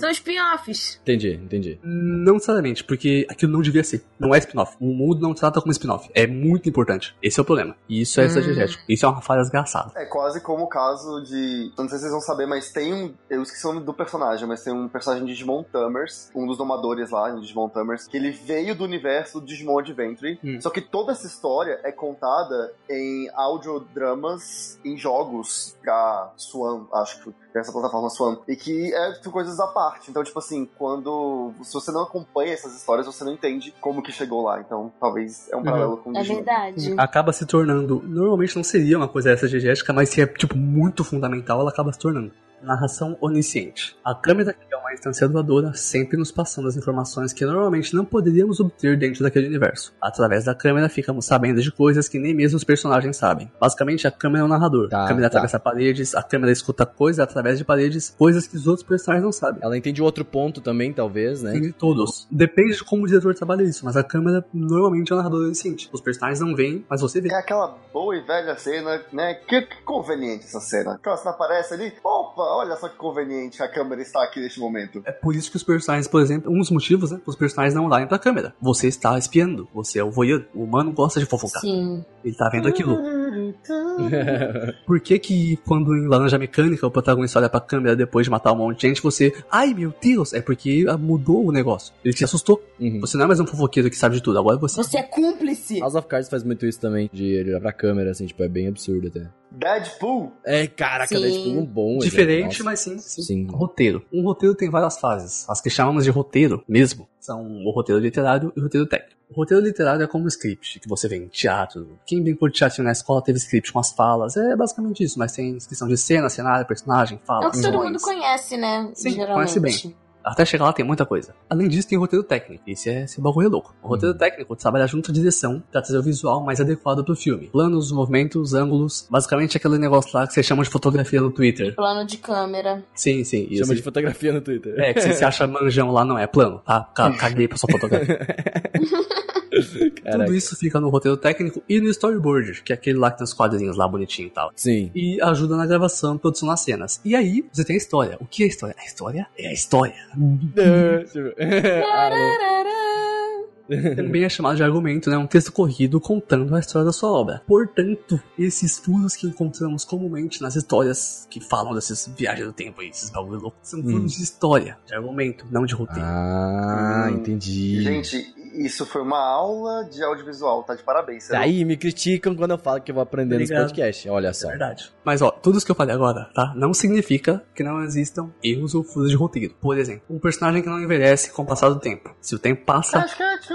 Speaker 4: São spin-offs.
Speaker 3: Entendi, entendi.
Speaker 5: Não necessariamente, porque aquilo não devia ser. Não é spin-off. O mundo não trata como spin-off. É muito importante. Esse é o problema. E isso é
Speaker 4: Hum.
Speaker 5: extradiegético. Isso é uma falha desgraçada.
Speaker 6: É quase como o caso de. eu Não sei se vocês vão saber, mas tem um. Eu esqueci o nome do personagem, mas tem um personagem de Digimon Tamers, um dos domadores lá de Digimon Tamers, que ele veio do universo do Digimon Adventure.
Speaker 5: Hum.
Speaker 6: Só que toda essa história é contada em audiodramas em jogos pra Swan, acho que essa plataforma Swan. E que é tipo, coisas à parte. Então, tipo assim, quando. Se você não acompanha essas histórias, você não entende como que chegou lá. Então, talvez é um paralelo com o
Speaker 4: É
Speaker 6: Digimon.
Speaker 4: verdade.
Speaker 5: Acaba se tornando. Normalmente não seria uma coisa extradiegética, mas se é, tipo, muito fundamental, ela acaba se tornando. Narração onisciente. A câmera, que é uma instância doadora, sempre nos passando as informações que normalmente não poderíamos obter dentro daquele universo. Através da câmera, ficamos sabendo de coisas que nem mesmo os personagens sabem. Basicamente, a câmera é o narrador.
Speaker 3: Tá,
Speaker 5: a câmera
Speaker 3: tá.
Speaker 5: atravessa paredes, a câmera escuta coisas através de paredes, coisas que os outros personagens não sabem.
Speaker 3: Ela entende outro ponto também, talvez, né?
Speaker 5: Tem de todos. Depende de como o diretor trabalha isso, mas a câmera normalmente é o narrador onisciente. Os personagens não veem, mas você vê.
Speaker 6: É aquela boa e velha cena, né? Que, que conveniente essa cena. Aquela cena aparece ali. Opa, olha só que conveniente a câmera está aqui neste momento.
Speaker 5: É por isso que os personagens, por exemplo, um dos motivos, né? Os personagens não olharem pra câmera. Você está espiando. Você é o voyeur. O humano gosta de fofocar.
Speaker 4: Sim.
Speaker 5: Ele tá vendo aquilo. Uhum. Por que que quando em Laranja Mecânica o protagonista olha pra câmera depois de matar um monte de gente, você... Ai, meu Deus! É porque ah, mudou o negócio. Ele te assustou.
Speaker 3: Uhum.
Speaker 5: Você não é mais um fofoqueiro que sabe de tudo. Agora você...
Speaker 4: Você é cúmplice.
Speaker 3: House of Cards faz muito isso também, de olhar pra câmera, assim, tipo, é bem absurdo até.
Speaker 6: Deadpool?
Speaker 3: É, caraca,
Speaker 4: Sim.
Speaker 3: é tipo um bom.
Speaker 5: Diferente,
Speaker 3: exemplo.
Speaker 5: mas sim, sim.
Speaker 3: Sim.
Speaker 5: Roteiro. Um roteiro tem várias fases. As que chamamos de roteiro mesmo são o roteiro literário e o roteiro técnico. O roteiro literário é como um script, que você vê em teatro. Quem brincou de teatro na escola teve script com as falas. É basicamente isso, mas tem descrição de cena, cenário, personagem, fala.
Speaker 4: É o que todo
Speaker 5: vilões.
Speaker 4: mundo conhece, né?
Speaker 5: Sim,
Speaker 4: Geralmente.
Speaker 5: conhece bem. Até chegar lá tem muita coisa. Além disso, tem o roteiro técnico. Esse, é, esse bagulho é louco. O roteiro
Speaker 3: Hum.
Speaker 5: técnico trabalha junto à direção pra trazer o visual mais adequado pro filme. Planos, movimentos, ângulos. Basicamente aquele negócio lá que você chama de fotografia no Twitter.
Speaker 4: Plano de câmera.
Speaker 5: Sim, sim. isso.
Speaker 3: Chama de fotografia no Twitter.
Speaker 5: É, que você se acha manjão lá, não é plano, tá? Ca- Caguei pra sua fotografia.
Speaker 3: Caraca.
Speaker 5: Tudo isso fica no roteiro técnico e no storyboard, que é aquele lá que tem os quadrinhos lá bonitinho e tal.
Speaker 3: Sim.
Speaker 5: E ajuda na gravação, produção das cenas. E aí, você tem a história. O que é a história? A história é a história.
Speaker 3: Tipo, ah, não.
Speaker 4: Tarará.
Speaker 5: Também é chamado de argumento, né? Um texto corrido contando a história da sua obra. Portanto, esses furos que encontramos comumente nas histórias que falam dessas viagens do tempo aí, esses bagulho louco, são furos de história, de argumento, não de roteiro.
Speaker 3: Ah,
Speaker 6: Hum.
Speaker 3: entendi.
Speaker 5: é
Speaker 6: Gente, isso foi uma aula de audiovisual, tá de parabéns. Tá
Speaker 3: Daí me criticam quando eu falo que eu vou aprender
Speaker 5: Obrigado.
Speaker 3: nos podcasts. Olha só.
Speaker 5: É verdade. Mas ó, tudo isso que eu falei agora, tá? Não significa que não existam erros ou furos de roteiro. Por exemplo, um personagem que não envelhece com o passar do tempo. Se o tempo passa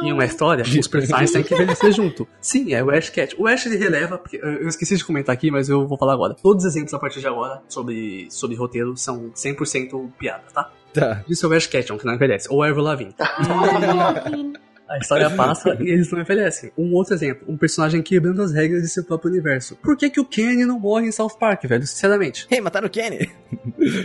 Speaker 5: em
Speaker 3: um
Speaker 5: uma história, os personagens têm que envelhecer junto. Sim, é o Ash Cat. O Ash ele releva, porque eu eu esqueci de comentar aqui, mas eu vou falar agora. Todos os exemplos a partir de agora sobre, sobre roteiro são 100% piada, tá?
Speaker 3: Tá.
Speaker 5: é um Isso é o Ash Ketchum, que não envelhece. Ou a Avril Lavigne.
Speaker 8: Ai, eu vi.
Speaker 5: A história passa e eles não envelhecem. Um outro exemplo, um personagem quebrando as regras de seu próprio universo. Por que, que o Kenny não morre em South Park, velho? Sinceramente.
Speaker 3: Ei, mataram o Kenny!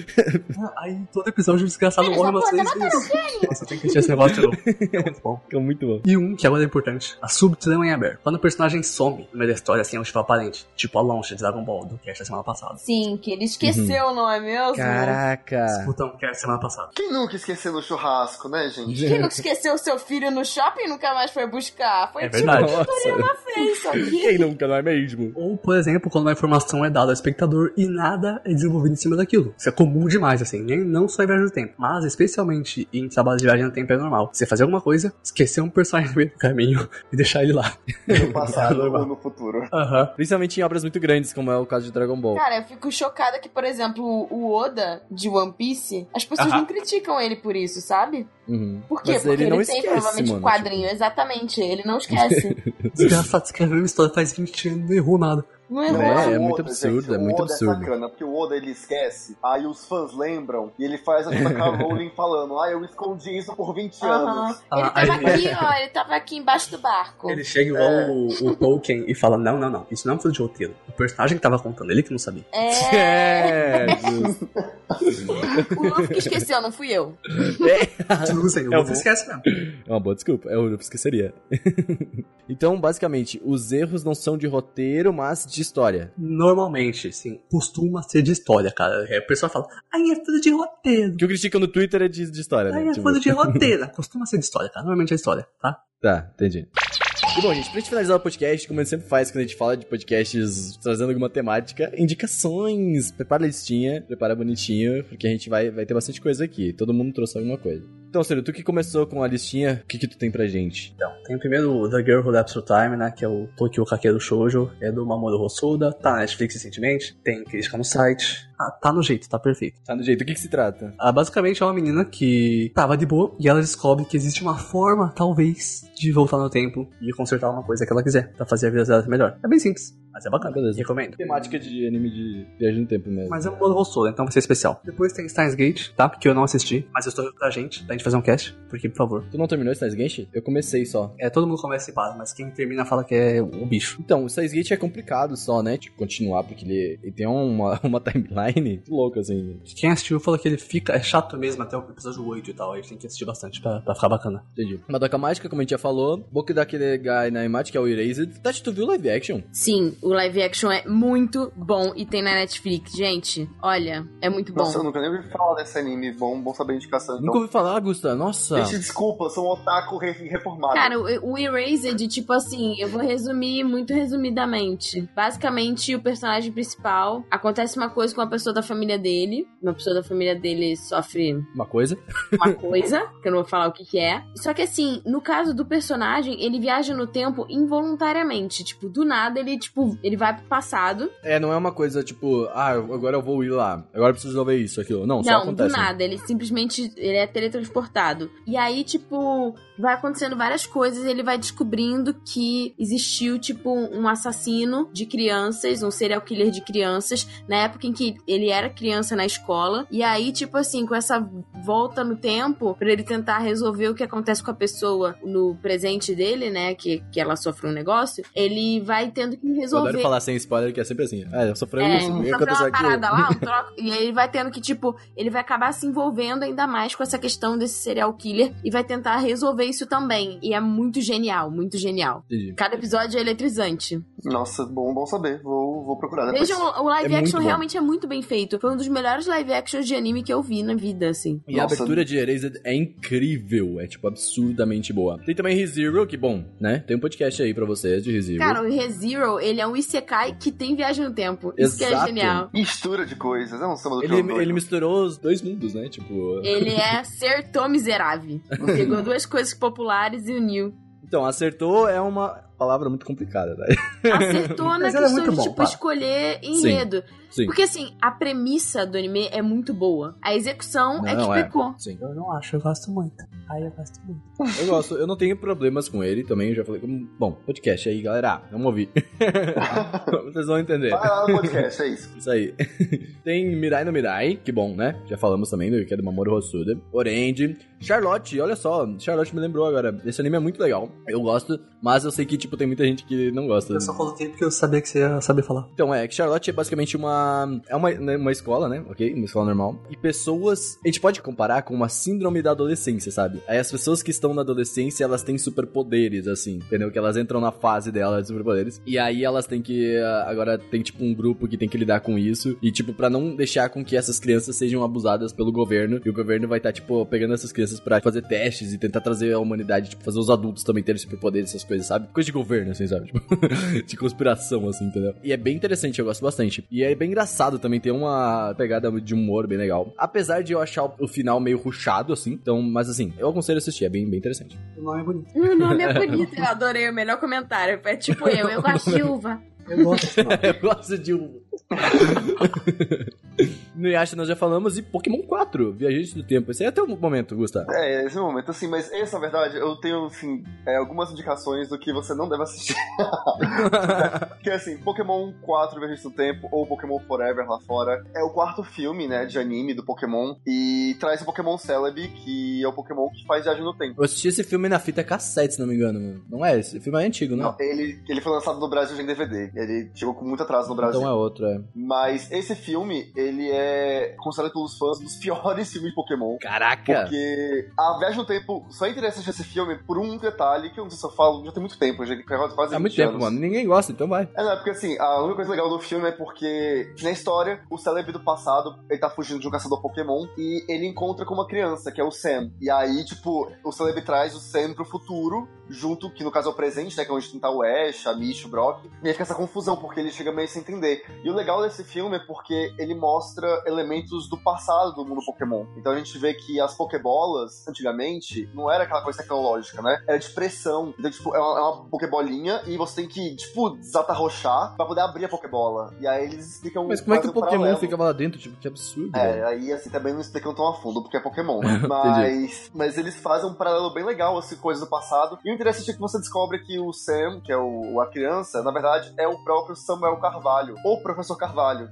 Speaker 5: Aí todo episódio o desgraçado
Speaker 8: Pera,
Speaker 5: morre
Speaker 8: essa
Speaker 5: umas
Speaker 8: porra
Speaker 5: três
Speaker 8: tá
Speaker 5: vezes. Nossa, tem que assistir esse negócio de novo. É muito bom.
Speaker 3: Ficou muito bom.
Speaker 5: E um, que agora é importante, a subtrama é em aberto. Quando o personagem some no meio da história, assim, é um tipo aparente. Tipo a Launch de Dragon Ball, do cast da semana passada.
Speaker 4: Sim, que ele esqueceu, não é mesmo?
Speaker 3: Uhum. Caraca!
Speaker 5: Escuta um cast semana passada.
Speaker 6: Quem nunca esqueceu no churrasco, né, gente?
Speaker 4: Quem não esqueceu seu filho no shopping e nunca mais foi buscar? Foi
Speaker 5: É
Speaker 4: tipo
Speaker 5: verdade.
Speaker 4: o que a Toriyama fez, só que...
Speaker 3: Quem nunca, não é mesmo?
Speaker 5: Ou, por exemplo, quando uma informação é dada ao espectador e nada é desenvolvido em cima daquilo. Isso é comum demais, assim, nem não só em viagem no tempo, mas especialmente em trabalho de viagem no tempo é normal. Você fazer alguma coisa, esquecer um personagem no meio do caminho e deixar ele lá.
Speaker 6: No passado
Speaker 5: normal.
Speaker 6: ou no futuro.
Speaker 5: Aham.
Speaker 3: Principalmente em obras muito grandes, como é o caso de Dragon Ball.
Speaker 4: Cara, eu fico chocada que, por exemplo, o Oda de One Piece, as pessoas
Speaker 5: Aham.
Speaker 4: não criticam ele por isso, sabe?
Speaker 3: Uhum.
Speaker 4: Por quê?
Speaker 3: Mas
Speaker 4: Porque
Speaker 3: ele não
Speaker 4: tem
Speaker 3: esquece,
Speaker 4: provavelmente
Speaker 3: mano, tipo-
Speaker 4: quadrinho, exatamente. Ele não esquece.
Speaker 5: Desgraçado, escreveu uma história faz 20 anos, não errou nada.
Speaker 4: não
Speaker 6: Não,
Speaker 4: é,
Speaker 3: É,
Speaker 6: mas o
Speaker 3: é muito
Speaker 6: Oda,
Speaker 3: absurdo,
Speaker 6: gente,
Speaker 3: é muito
Speaker 6: o Oda
Speaker 3: absurdo.
Speaker 6: É sacana, porque o Oda ele esquece, aí os fãs lembram e ele faz a J.K. Rowling falando: Ah, eu escondi isso por 20
Speaker 4: Aham.
Speaker 6: anos.
Speaker 5: Ah,
Speaker 4: Ele tá tava
Speaker 5: aí-
Speaker 4: aqui, ó. Ele tava aqui embaixo do barco.
Speaker 5: Ele chega igual o, o Tolkien e fala: Não, não, não, isso não é um furo de roteiro. O personagem que tava contando, ele que não sabia.
Speaker 4: É.
Speaker 3: É, justo.
Speaker 4: O Luffy que esqueceu, não fui eu.
Speaker 5: Tudo sem,
Speaker 3: É
Speaker 5: o
Speaker 3: bom.
Speaker 5: Luffy esquece mesmo.
Speaker 3: é uma boa desculpa, eu eu esqueceria. então, basicamente, os erros não são de roteiro, mas de história.
Speaker 5: Normalmente, sim, costuma ser de história, cara. Aí A pessoa fala: Ai, é furo de roteiro.
Speaker 3: O que eu critico no Twitter é de, de história,
Speaker 5: Aí
Speaker 3: né?
Speaker 5: é
Speaker 3: Tipo,
Speaker 5: coisa de roteiro. Costuma ser de história, cara. Normalmente é história, tá?
Speaker 3: Tá, entendi. E bom, gente, pra gente finalizar o podcast, como a gente sempre faz quando a gente fala de podcasts trazendo alguma temática, indicações. Prepara a listinha, prepara bonitinho, porque a gente vai, vai ter bastante coisa aqui. Todo mundo trouxe alguma coisa. Então, Ciro, tu que começou com a listinha, o que que tu tem pra gente?
Speaker 5: Então, tem primeiro o The Girl Who Laps Through Time, né? Que é o Tokyo Kakeru Shoujo. É do Mamoru Hosoda. Tá na Netflix recentemente. Tem crítica no site. Ah, tá no jeito, tá perfeito.
Speaker 3: Tá no jeito, o que que se trata?
Speaker 5: Ah, basicamente é uma menina que tava de boa e ela descobre que existe uma forma, talvez, de voltar no tempo e consertar uma coisa que ela quiser, pra fazer a vida dela melhor. É bem simples, mas é bacana.
Speaker 3: Ah, beleza.
Speaker 5: Recomendo.
Speaker 3: Temática de anime de viagem no tempo mesmo.
Speaker 5: Mas é um bolo rostoso, então vai ser especial. Depois tem Steins Gate, tá? Que eu não assisti, mas eu estou pra gente, pra gente fazer um cast. Porque, por favor.
Speaker 3: Tu não terminou Steins Gate? Eu comecei só.
Speaker 5: É, todo mundo começa e para, mas quem termina fala que é o bicho.
Speaker 3: Então, o Steins Gate é complicado só, né? De continuar, porque ele, ele tem uma, uma timeline louca, assim.
Speaker 5: Quem assistiu falou que ele fica. É chato mesmo até o episódio 8 e tal. Aí tem que assistir bastante pra, pra ficar bacana.
Speaker 3: Entendi. Madoka Mágica, como a gente já falou. Boku daquele guy na imagem, que é o Erased. Tati, tu viu o live action?
Speaker 4: Sim, o live action é muito bom e tem na Netflix. Gente, olha, é muito bom.
Speaker 6: Nossa, eu nunca nem ouvi falar desse anime. Bom, bom saber a indicação.
Speaker 3: Nunca
Speaker 6: Então.
Speaker 3: ouvi falar, Gusta. Nossa.
Speaker 6: Gente, desculpa, eu sou um otaku re- reformado.
Speaker 4: Cara, o, o Erased, tipo assim, eu vou resumir muito resumidamente. Basicamente, o personagem principal acontece uma coisa com uma pessoa da família dele. Uma pessoa da família dele sofre
Speaker 3: Uma coisa.
Speaker 4: uma coisa, que eu não vou falar o que que é. Só que assim, no caso do personagem, ele viaja no tempo involuntariamente. Tipo, do nada ele, tipo, ele vai pro passado.
Speaker 3: É, não é uma coisa tipo, ah, agora eu vou ir lá. Agora eu preciso resolver isso, aquilo. Não, só
Speaker 4: Não, do
Speaker 3: acontece. né?
Speaker 4: nada. Ele simplesmente ele é teletransportado. E aí, tipo, vai acontecendo várias coisas e ele vai descobrindo que existiu, tipo, um assassino de crianças, um serial killer de crianças, na época em que ele era criança na escola. E aí, tipo assim, com essa volta no tempo, pra ele tentar resolver o que acontece com a pessoa no presente dele, né? Que, que ela sofre um negócio, ele vai tendo que
Speaker 3: Eu adoro
Speaker 4: resolver
Speaker 3: falar sem spoiler, que é sempre assim. Ah, eu sofri
Speaker 4: é,
Speaker 3: isso,
Speaker 4: sofreu
Speaker 3: o que
Speaker 4: uma
Speaker 3: aconteceu aquilo.
Speaker 4: parada lá, um troco, e aí ele vai tendo que, tipo, ele vai acabar se envolvendo ainda mais com essa questão desse serial killer e vai tentar resolver isso também. E é muito genial, muito genial.
Speaker 3: Entendi.
Speaker 4: Cada episódio é eletrizante.
Speaker 6: Nossa, bom, bom saber. Vou, vou procurar depois.
Speaker 4: Vejam, o live
Speaker 3: Ah, É muito
Speaker 4: action
Speaker 3: bom.
Speaker 4: realmente é muito bem feito. Foi um dos melhores live actions de anime que eu vi na vida, assim.
Speaker 3: E a
Speaker 6: Nossa.
Speaker 3: abertura de Erased é incrível, é tipo absurdamente boa. Tem também ReZero, que bom, né? Tem um podcast aí pra vocês de ReZero.
Speaker 4: Cara, o ReZero, ele é um Isekai que tem viagem no tempo. Isso que é
Speaker 3: Exato.
Speaker 4: genial.
Speaker 6: Mistura de coisas, eu não sei mais do que
Speaker 3: ele,
Speaker 6: eu
Speaker 3: ele misturou os dois mundos, né? Tipo.
Speaker 4: Ele é Sertão Miserável. Pegou duas coisas populares e uniu.
Speaker 3: Então, acertou é uma palavra muito complicada, né? velho.
Speaker 4: Acertou na
Speaker 5: Mas
Speaker 3: é
Speaker 5: era
Speaker 4: questão
Speaker 5: muito
Speaker 4: de,
Speaker 5: bom,
Speaker 4: tipo,
Speaker 5: para.
Speaker 4: escolher enredo.
Speaker 3: Sim.
Speaker 4: Porque, assim, a premissa do anime é muito boa. A execução é que pecou.
Speaker 3: Sim.
Speaker 5: Eu não acho, eu gosto muito. Ai, eu gosto muito.
Speaker 3: Eu gosto, eu não tenho problemas com ele também, eu já falei. com- Bom, podcast aí, galera. Ah, Vamos ouvir. Vocês vão entender.
Speaker 6: Vai lá no podcast, é isso.
Speaker 3: Isso aí. Tem Mirai no Mirai, que bom, né? Já falamos também do que é do Mamoru Hosoda. Orange. Charlotte, olha só. Charlotte me lembrou agora. Esse anime é muito legal. Eu gosto, mas eu sei que, tipo, tem muita gente que não gosta.
Speaker 5: Eu só coloquei porque eu sabia que você ia saber falar.
Speaker 3: Então, é, que Charlotte é basicamente uma. É uma, né, uma escola, né? Ok? Uma escola normal. E pessoas. A gente pode comparar com uma síndrome da adolescência, sabe? Aí as pessoas que estão na adolescência, elas têm superpoderes, assim. Entendeu? Que elas entram na fase dela de superpoderes. E aí elas têm que. ah, Agora tem, tipo, um grupo que tem que lidar com isso. E, tipo, pra não deixar com que essas crianças sejam abusadas pelo governo. E o governo vai estar, tipo, pegando essas crianças pra fazer testes e tentar trazer a humanidade, tipo, fazer os adultos também terem superpoderes, essas coisas, sabe? Coisa de governo, assim, sabe? Tipo, de conspiração, assim, entendeu? E é bem interessante, eu gosto bastante. E é bem engraçado também, tem uma pegada de humor bem legal. Apesar de eu achar o final meio ruchado, assim, então, mas assim, eu aconselho assistir, é bem, bem interessante.
Speaker 5: O nome é bonito.
Speaker 4: O nome é bonito, eu adorei o melhor comentário. É tipo eu, eu gosto de uva.
Speaker 5: Eu gosto desse nome.
Speaker 3: eu gosto de um. no Yasha nós já falamos, e Pokémon 4, Viajante do Tempo. Esse é até o momento, Gustavo.
Speaker 6: É, esse é o momento, assim, mas esse, na verdade, eu tenho, assim, é, algumas indicações do que você não deve assistir. que é assim, Pokémon 4 Viajantes do Tempo, ou Pokémon Forever lá fora, é o quarto filme, né, de anime do Pokémon, e traz o Pokémon Celebi, que é o Pokémon que faz viagem no tempo.
Speaker 3: Eu assisti esse filme na fita cassete, se não me engano, mano. Não é? Esse filme é antigo, não?
Speaker 6: Não, ele, ele foi lançado no Brasil já em DVD. Ele chegou com muito atraso no Brasil.
Speaker 3: Então é outro, é.
Speaker 6: Mas esse filme, ele é considerado pelos fãs um dos piores filmes de Pokémon.
Speaker 3: Caraca!
Speaker 6: Porque a Viagem no Tempo só é interessante esse filme por um detalhe que eu não sei se eu falo já tem muito tempo, já tem quase
Speaker 3: Há muito
Speaker 6: 20
Speaker 3: tempo,
Speaker 6: anos.
Speaker 3: mano. Ninguém gosta, então vai.
Speaker 6: É, não, é porque assim, a única coisa legal do filme é porque na história, o célebre do passado, ele tá fugindo de um caçador Pokémon e ele encontra com uma criança, que é o Sam. E aí, tipo, o célebre traz o Sam pro futuro, junto, que no caso é o presente, né, que é onde tá o Ash, a Mish, o Brock. E aí fica essa confusão, porque ele chega meio sem entender. E o legal desse filme é porque ele mostra elementos do passado do mundo Pokémon. Então a gente vê que as Pokébolas, antigamente, não era aquela coisa tecnológica, né? Era de pressão. Então, tipo, é uma, é uma Pokébolinha e você tem que, tipo, desatarrochar pra poder abrir a Pokébola. E aí eles explicam
Speaker 3: Mas como é que o
Speaker 6: fazem um
Speaker 3: Pokémon
Speaker 6: paralelo.
Speaker 3: ficava lá dentro? Tipo, que absurdo. velho.
Speaker 6: É, aí assim também não explicam tão a fundo porque é Pokémon, né? mas, mas eles fazem um paralelo bem legal, assim, coisas do passado. E o interessante é que você descobre que o Sam, que é o, a criança, na verdade é o próprio Samuel Carvalho, ou Professor Carvalho.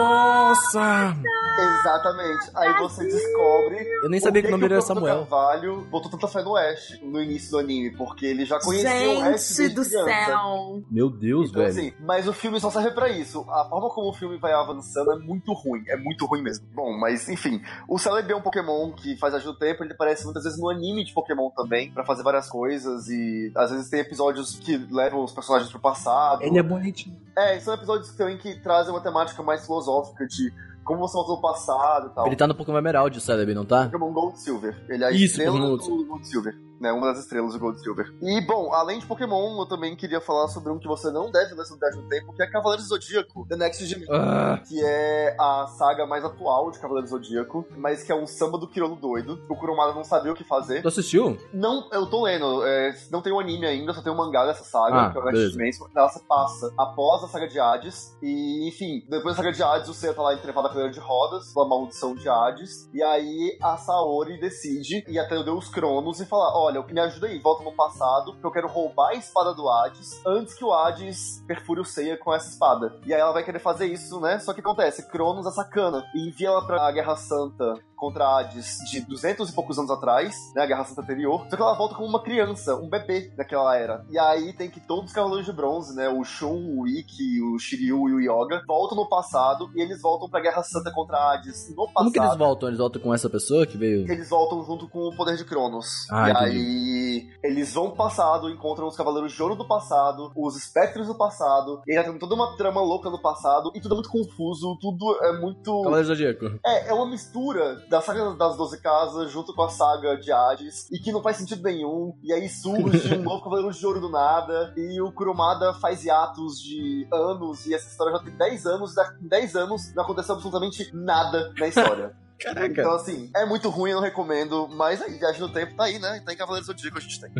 Speaker 3: Nossa!
Speaker 6: Exatamente. Aí você descobre.
Speaker 3: Eu nem sabia
Speaker 6: por
Speaker 3: que o nome dele era
Speaker 6: professor
Speaker 3: Samuel.
Speaker 6: Carvalho botou tanta fé no Ash no início do anime, porque ele já conhecia o Ash
Speaker 4: Gente
Speaker 6: desde
Speaker 4: do
Speaker 6: criança.
Speaker 4: céu.
Speaker 3: Meu Deus,
Speaker 6: Então,
Speaker 3: velho.
Speaker 6: assim, mas o filme só serve pra isso. A forma como o filme vai avançando é muito ruim. É muito ruim mesmo. Bom, mas enfim. O Celebi é um Pokémon que faz ajuda do tempo. Ele aparece muitas vezes no anime de Pokémon também, pra fazer várias coisas. E às vezes tem episódios que levam os personagens pro passado.
Speaker 5: Ele é bonitinho.
Speaker 6: É, são episódios também que trazem uma temática mais filosófica de como você voltou no passado e tal.
Speaker 3: Ele tá no Pokémon Emerald, o Celebi, não tá?
Speaker 6: Pokémon Gold Silver. Ele é a
Speaker 3: Isso,
Speaker 6: estrela
Speaker 3: Pokémon
Speaker 6: do
Speaker 3: Gold.
Speaker 6: Gold Silver. Né, uma das estrelas do Gold Silver. E, bom, além de Pokémon, eu também queria falar sobre um que você não deve ler sobre Viagem no Tempo, que é Cavaleiros do Zodíaco, The Next Gen.
Speaker 3: Ah,
Speaker 6: Que é a saga mais atual de Cavaleiros do Zodíaco, mas que é um samba do Kirolo doido. O Kurumada não sabia o que fazer.
Speaker 3: tu assistiu?
Speaker 6: Não, eu tô lendo, é, não tem o anime ainda, só tem o mangá dessa saga,
Speaker 3: Ah,
Speaker 6: que é o Next
Speaker 3: beleza.
Speaker 6: Dimension. Ela se passa após a saga de Hades, e enfim, depois da saga de Hades, o Seiya tá lá entrevado na cadeira de rodas, com a maldição de Hades, e aí a Saori decide ir até o Deus Cronos e falar: Olha, o que me ajuda aí, volta no passado, porque eu quero roubar a espada do Hades antes que o Hades perfure o Seiya com essa espada. E aí ela vai querer fazer isso, né? Só que acontece, Cronos é sacana e envia ela pra Guerra Santa contra Hades de 200 e poucos anos atrás, né, a Guerra Santa anterior, só que ela volta como uma criança, um bebê daquela era. E aí tem que todos os Cavaleiros de Bronze, né, o Shun, o Ikki, o Shiryu e o Yoga, voltam no passado e eles voltam pra Guerra Santa contra Hades no
Speaker 3: Como que eles
Speaker 6: passado.
Speaker 3: voltam? Eles voltam com essa pessoa que veio.
Speaker 6: Eles voltam junto com o poder de Cronos.
Speaker 3: Ah,
Speaker 6: e
Speaker 3: entendi.
Speaker 6: aí eles vão pro passado, encontram os Cavaleiros de Ouro do passado, os espectros do passado, e aí tem toda uma trama louca do passado, e tudo é muito confuso, tudo é muito.
Speaker 3: Cavaleiro Zodíaco.
Speaker 6: É, é uma mistura da saga das 12 casas junto com a saga de Hades, e que não faz sentido nenhum. E aí surge um novo Cavaleiro de Ouro do nada, e o Kurumada faz hiatos de anos, e essa história já tem 10 anos, e daqui- em 10 anos não aconteceu absolutamente nada na história.
Speaker 3: Caraca.
Speaker 6: Então, assim, é muito ruim, eu não recomendo, mas aí, Viagem no Tempo tá aí, né? Tá em Cavaleiros do Zodíaco a gente tem.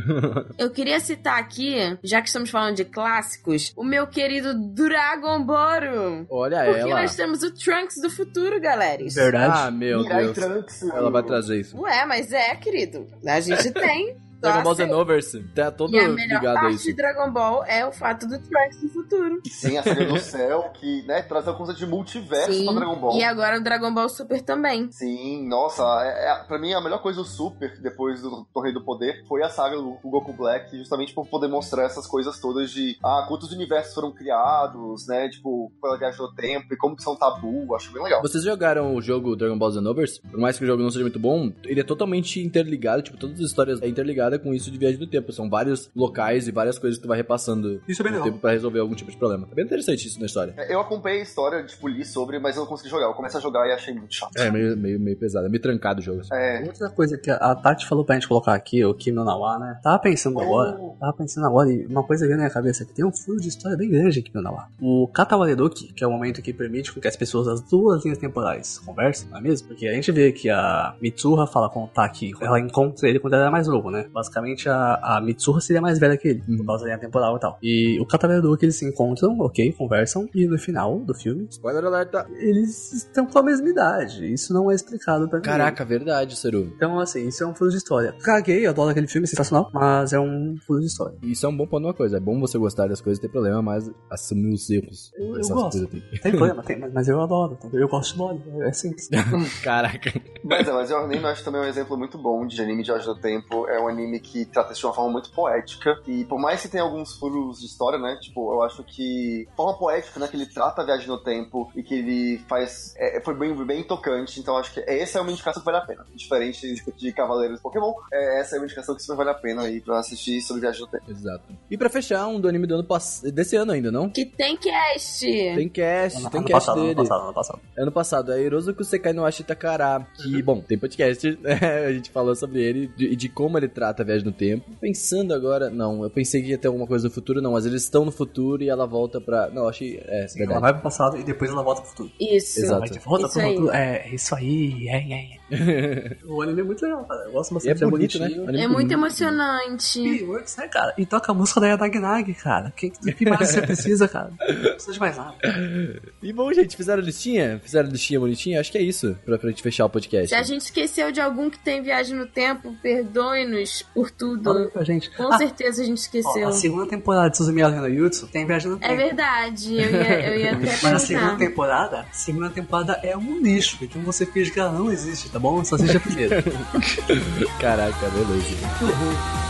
Speaker 4: Eu queria citar aqui, já que estamos falando de clássicos, o meu querido Dragon Ball.
Speaker 3: Olha
Speaker 4: Porque
Speaker 3: Ah, ela.
Speaker 4: nós temos o Trunks do futuro, galera.
Speaker 5: É
Speaker 3: Ah, meu
Speaker 6: Mirai
Speaker 3: Deus.
Speaker 6: Trunks,
Speaker 3: Ela vai trazer isso.
Speaker 4: Ué, mas é, querido. A gente tem. Só
Speaker 3: Dragon Ball
Speaker 4: assim.
Speaker 3: Xenoverse tá todo
Speaker 4: E a melhor
Speaker 3: ligado a
Speaker 4: parte
Speaker 3: isso.
Speaker 4: de Dragon Ball é o fato do Trunks do futuro.
Speaker 6: Sim, a série do céu, que, né, traz a coisa de multiverso pra Dragon Ball.
Speaker 4: E agora o Dragon Ball Super também.
Speaker 6: Sim, nossa, é, é- pra mim a melhor coisa do Super, depois do Torneio do Poder, foi a saga do Goku Black, justamente por poder mostrar essas coisas todas de ah, quantos universos foram criados, né? Tipo, pela viagem do tempo e como que são tabu, acho bem legal.
Speaker 3: Vocês jogaram o jogo Dragon Ball Xenoverse? Por mais que o jogo não seja muito bom, ele é totalmente interligado, tipo, todas as histórias é interligada com isso de viagem do tempo. São vários locais e várias coisas que tu vai repassando
Speaker 5: Isso é bem
Speaker 3: no
Speaker 5: legal.
Speaker 3: tempo pra resolver algum tipo de problema. É bem interessante isso na história.
Speaker 6: É, Eu acompanhei a história, tipo, li sobre, mas eu não consegui jogar. Eu comecei a jogar e achei muito chato.
Speaker 3: É meio, meio, meio pesado, é meio trancado o jogo. assim.
Speaker 6: É,
Speaker 5: Outra coisa que a Tati falou pra gente colocar aqui, o Kim no Nawa, né? Tava pensando agora, tava pensando agora, e uma coisa veio na minha cabeça, que tem um furo de história bem grande aqui no Nawa. O Katawaledoki, que é o momento que permite com que as pessoas das duas linhas temporais conversem, não é mesmo? Porque a gente vê que a Mitsuha fala com o Taki, ela encontra ele quando ela era mais novo, né? Basicamente, a, a Mitsuha seria mais velha que ele, por causa da linha temporal e tal. E o Katawaledoki, eles se encontram, ok, conversam, e no final do filme,
Speaker 3: Spoiler tá? alerta.
Speaker 5: eles estão com a mesma idade. Isso não é explicado pra mim.
Speaker 3: Caraca, verdade, Seru.
Speaker 5: Então, assim, isso é um furo de história. Caguei, eu adoro aquele filme, sensacional, mas é um furo de história.
Speaker 3: Isso é um bom ponto de uma coisa. É bom você gostar das coisas, ter problema, mas assumir os erros.
Speaker 5: Eu- eu
Speaker 3: Essas
Speaker 5: gosto.
Speaker 3: coisas tem.
Speaker 5: Tem problema, tem, mas, mas eu adoro, entendeu? Eu gosto de lore, é simples.
Speaker 3: Caraca.
Speaker 6: Mas é, mas eu nem acho também um exemplo muito bom de anime de Viagem do Tempo. É um anime que trata isso de uma forma muito poética. E por mais que tenha alguns furos de história, né? Tipo, eu acho que. Forma poética, né? Que ele trata a viagem no tempo e que ele faz. é, foi bem, bem tocante. Então acho que essa é uma indicação que vale a pena. Diferente de Cavaleiros Pokémon, é, essa é uma indicação que super vale a pena aí pra assistir sobre viagem no tempo.
Speaker 3: Exato. E pra fechar, um do anime do ano pass... desse ano ainda, não?
Speaker 4: Que tem cast!
Speaker 3: Tem cast,
Speaker 5: É. Ano-
Speaker 3: tem
Speaker 5: ano
Speaker 3: cast
Speaker 5: passado,
Speaker 3: dele.
Speaker 5: ano passado, ano passado.
Speaker 3: Ano passado, é Hirozuku Sekai no Ashi Takara, que, bom, tem podcast, né? a gente falou sobre ele e de, de como ele trata a viagem no tempo. Pensando agora, não, eu pensei que ia ter alguma coisa no futuro, não, mas eles estão no futuro e ela volta pra... Não, eu achei... É,
Speaker 5: Sim, ela
Speaker 3: verdade.
Speaker 5: vai pro passado e depois ela volta pro futuro.
Speaker 4: Isso.
Speaker 3: Exato.
Speaker 5: Aí, tipo, volta
Speaker 4: Isso
Speaker 5: pro
Speaker 4: aí.
Speaker 5: futuro. É, isso aí, é, é, é. o anime é muito legal, cara. Eu gosto
Speaker 3: E é
Speaker 5: bastante,
Speaker 3: bonito, né?
Speaker 5: bonitinho.
Speaker 3: Anime
Speaker 4: É muito
Speaker 3: bonito.
Speaker 4: emocionante.
Speaker 5: Fireworks, né, cara? E toca a música da Yadag Nag, cara. Que, que mais você precisa, cara? Não precisa de mais nada.
Speaker 3: E bom, gente, fizeram listinha? Fizeram listinha bonitinha? Acho que é isso, pra, pra gente fechar o podcast.
Speaker 4: Se a gente esqueceu de algum que tem viagem no tempo, perdoe-nos por
Speaker 5: Fala aí
Speaker 4: tudo.
Speaker 5: pra gente.
Speaker 4: Com
Speaker 5: Ah,
Speaker 4: certeza a gente
Speaker 5: ó,
Speaker 4: esqueceu.
Speaker 5: a segunda temporada de Suzumi Alien no Yutsu tem Viagem no Tempo.
Speaker 4: É verdade, eu ia, eu ia até
Speaker 5: tá Mas a segunda
Speaker 4: perguntar.
Speaker 5: temporada, segunda temporada é um lixo, então você finge que ela não existe, tá bom? Só seja a primeira.
Speaker 3: Caraca, beleza.
Speaker 5: Que horror.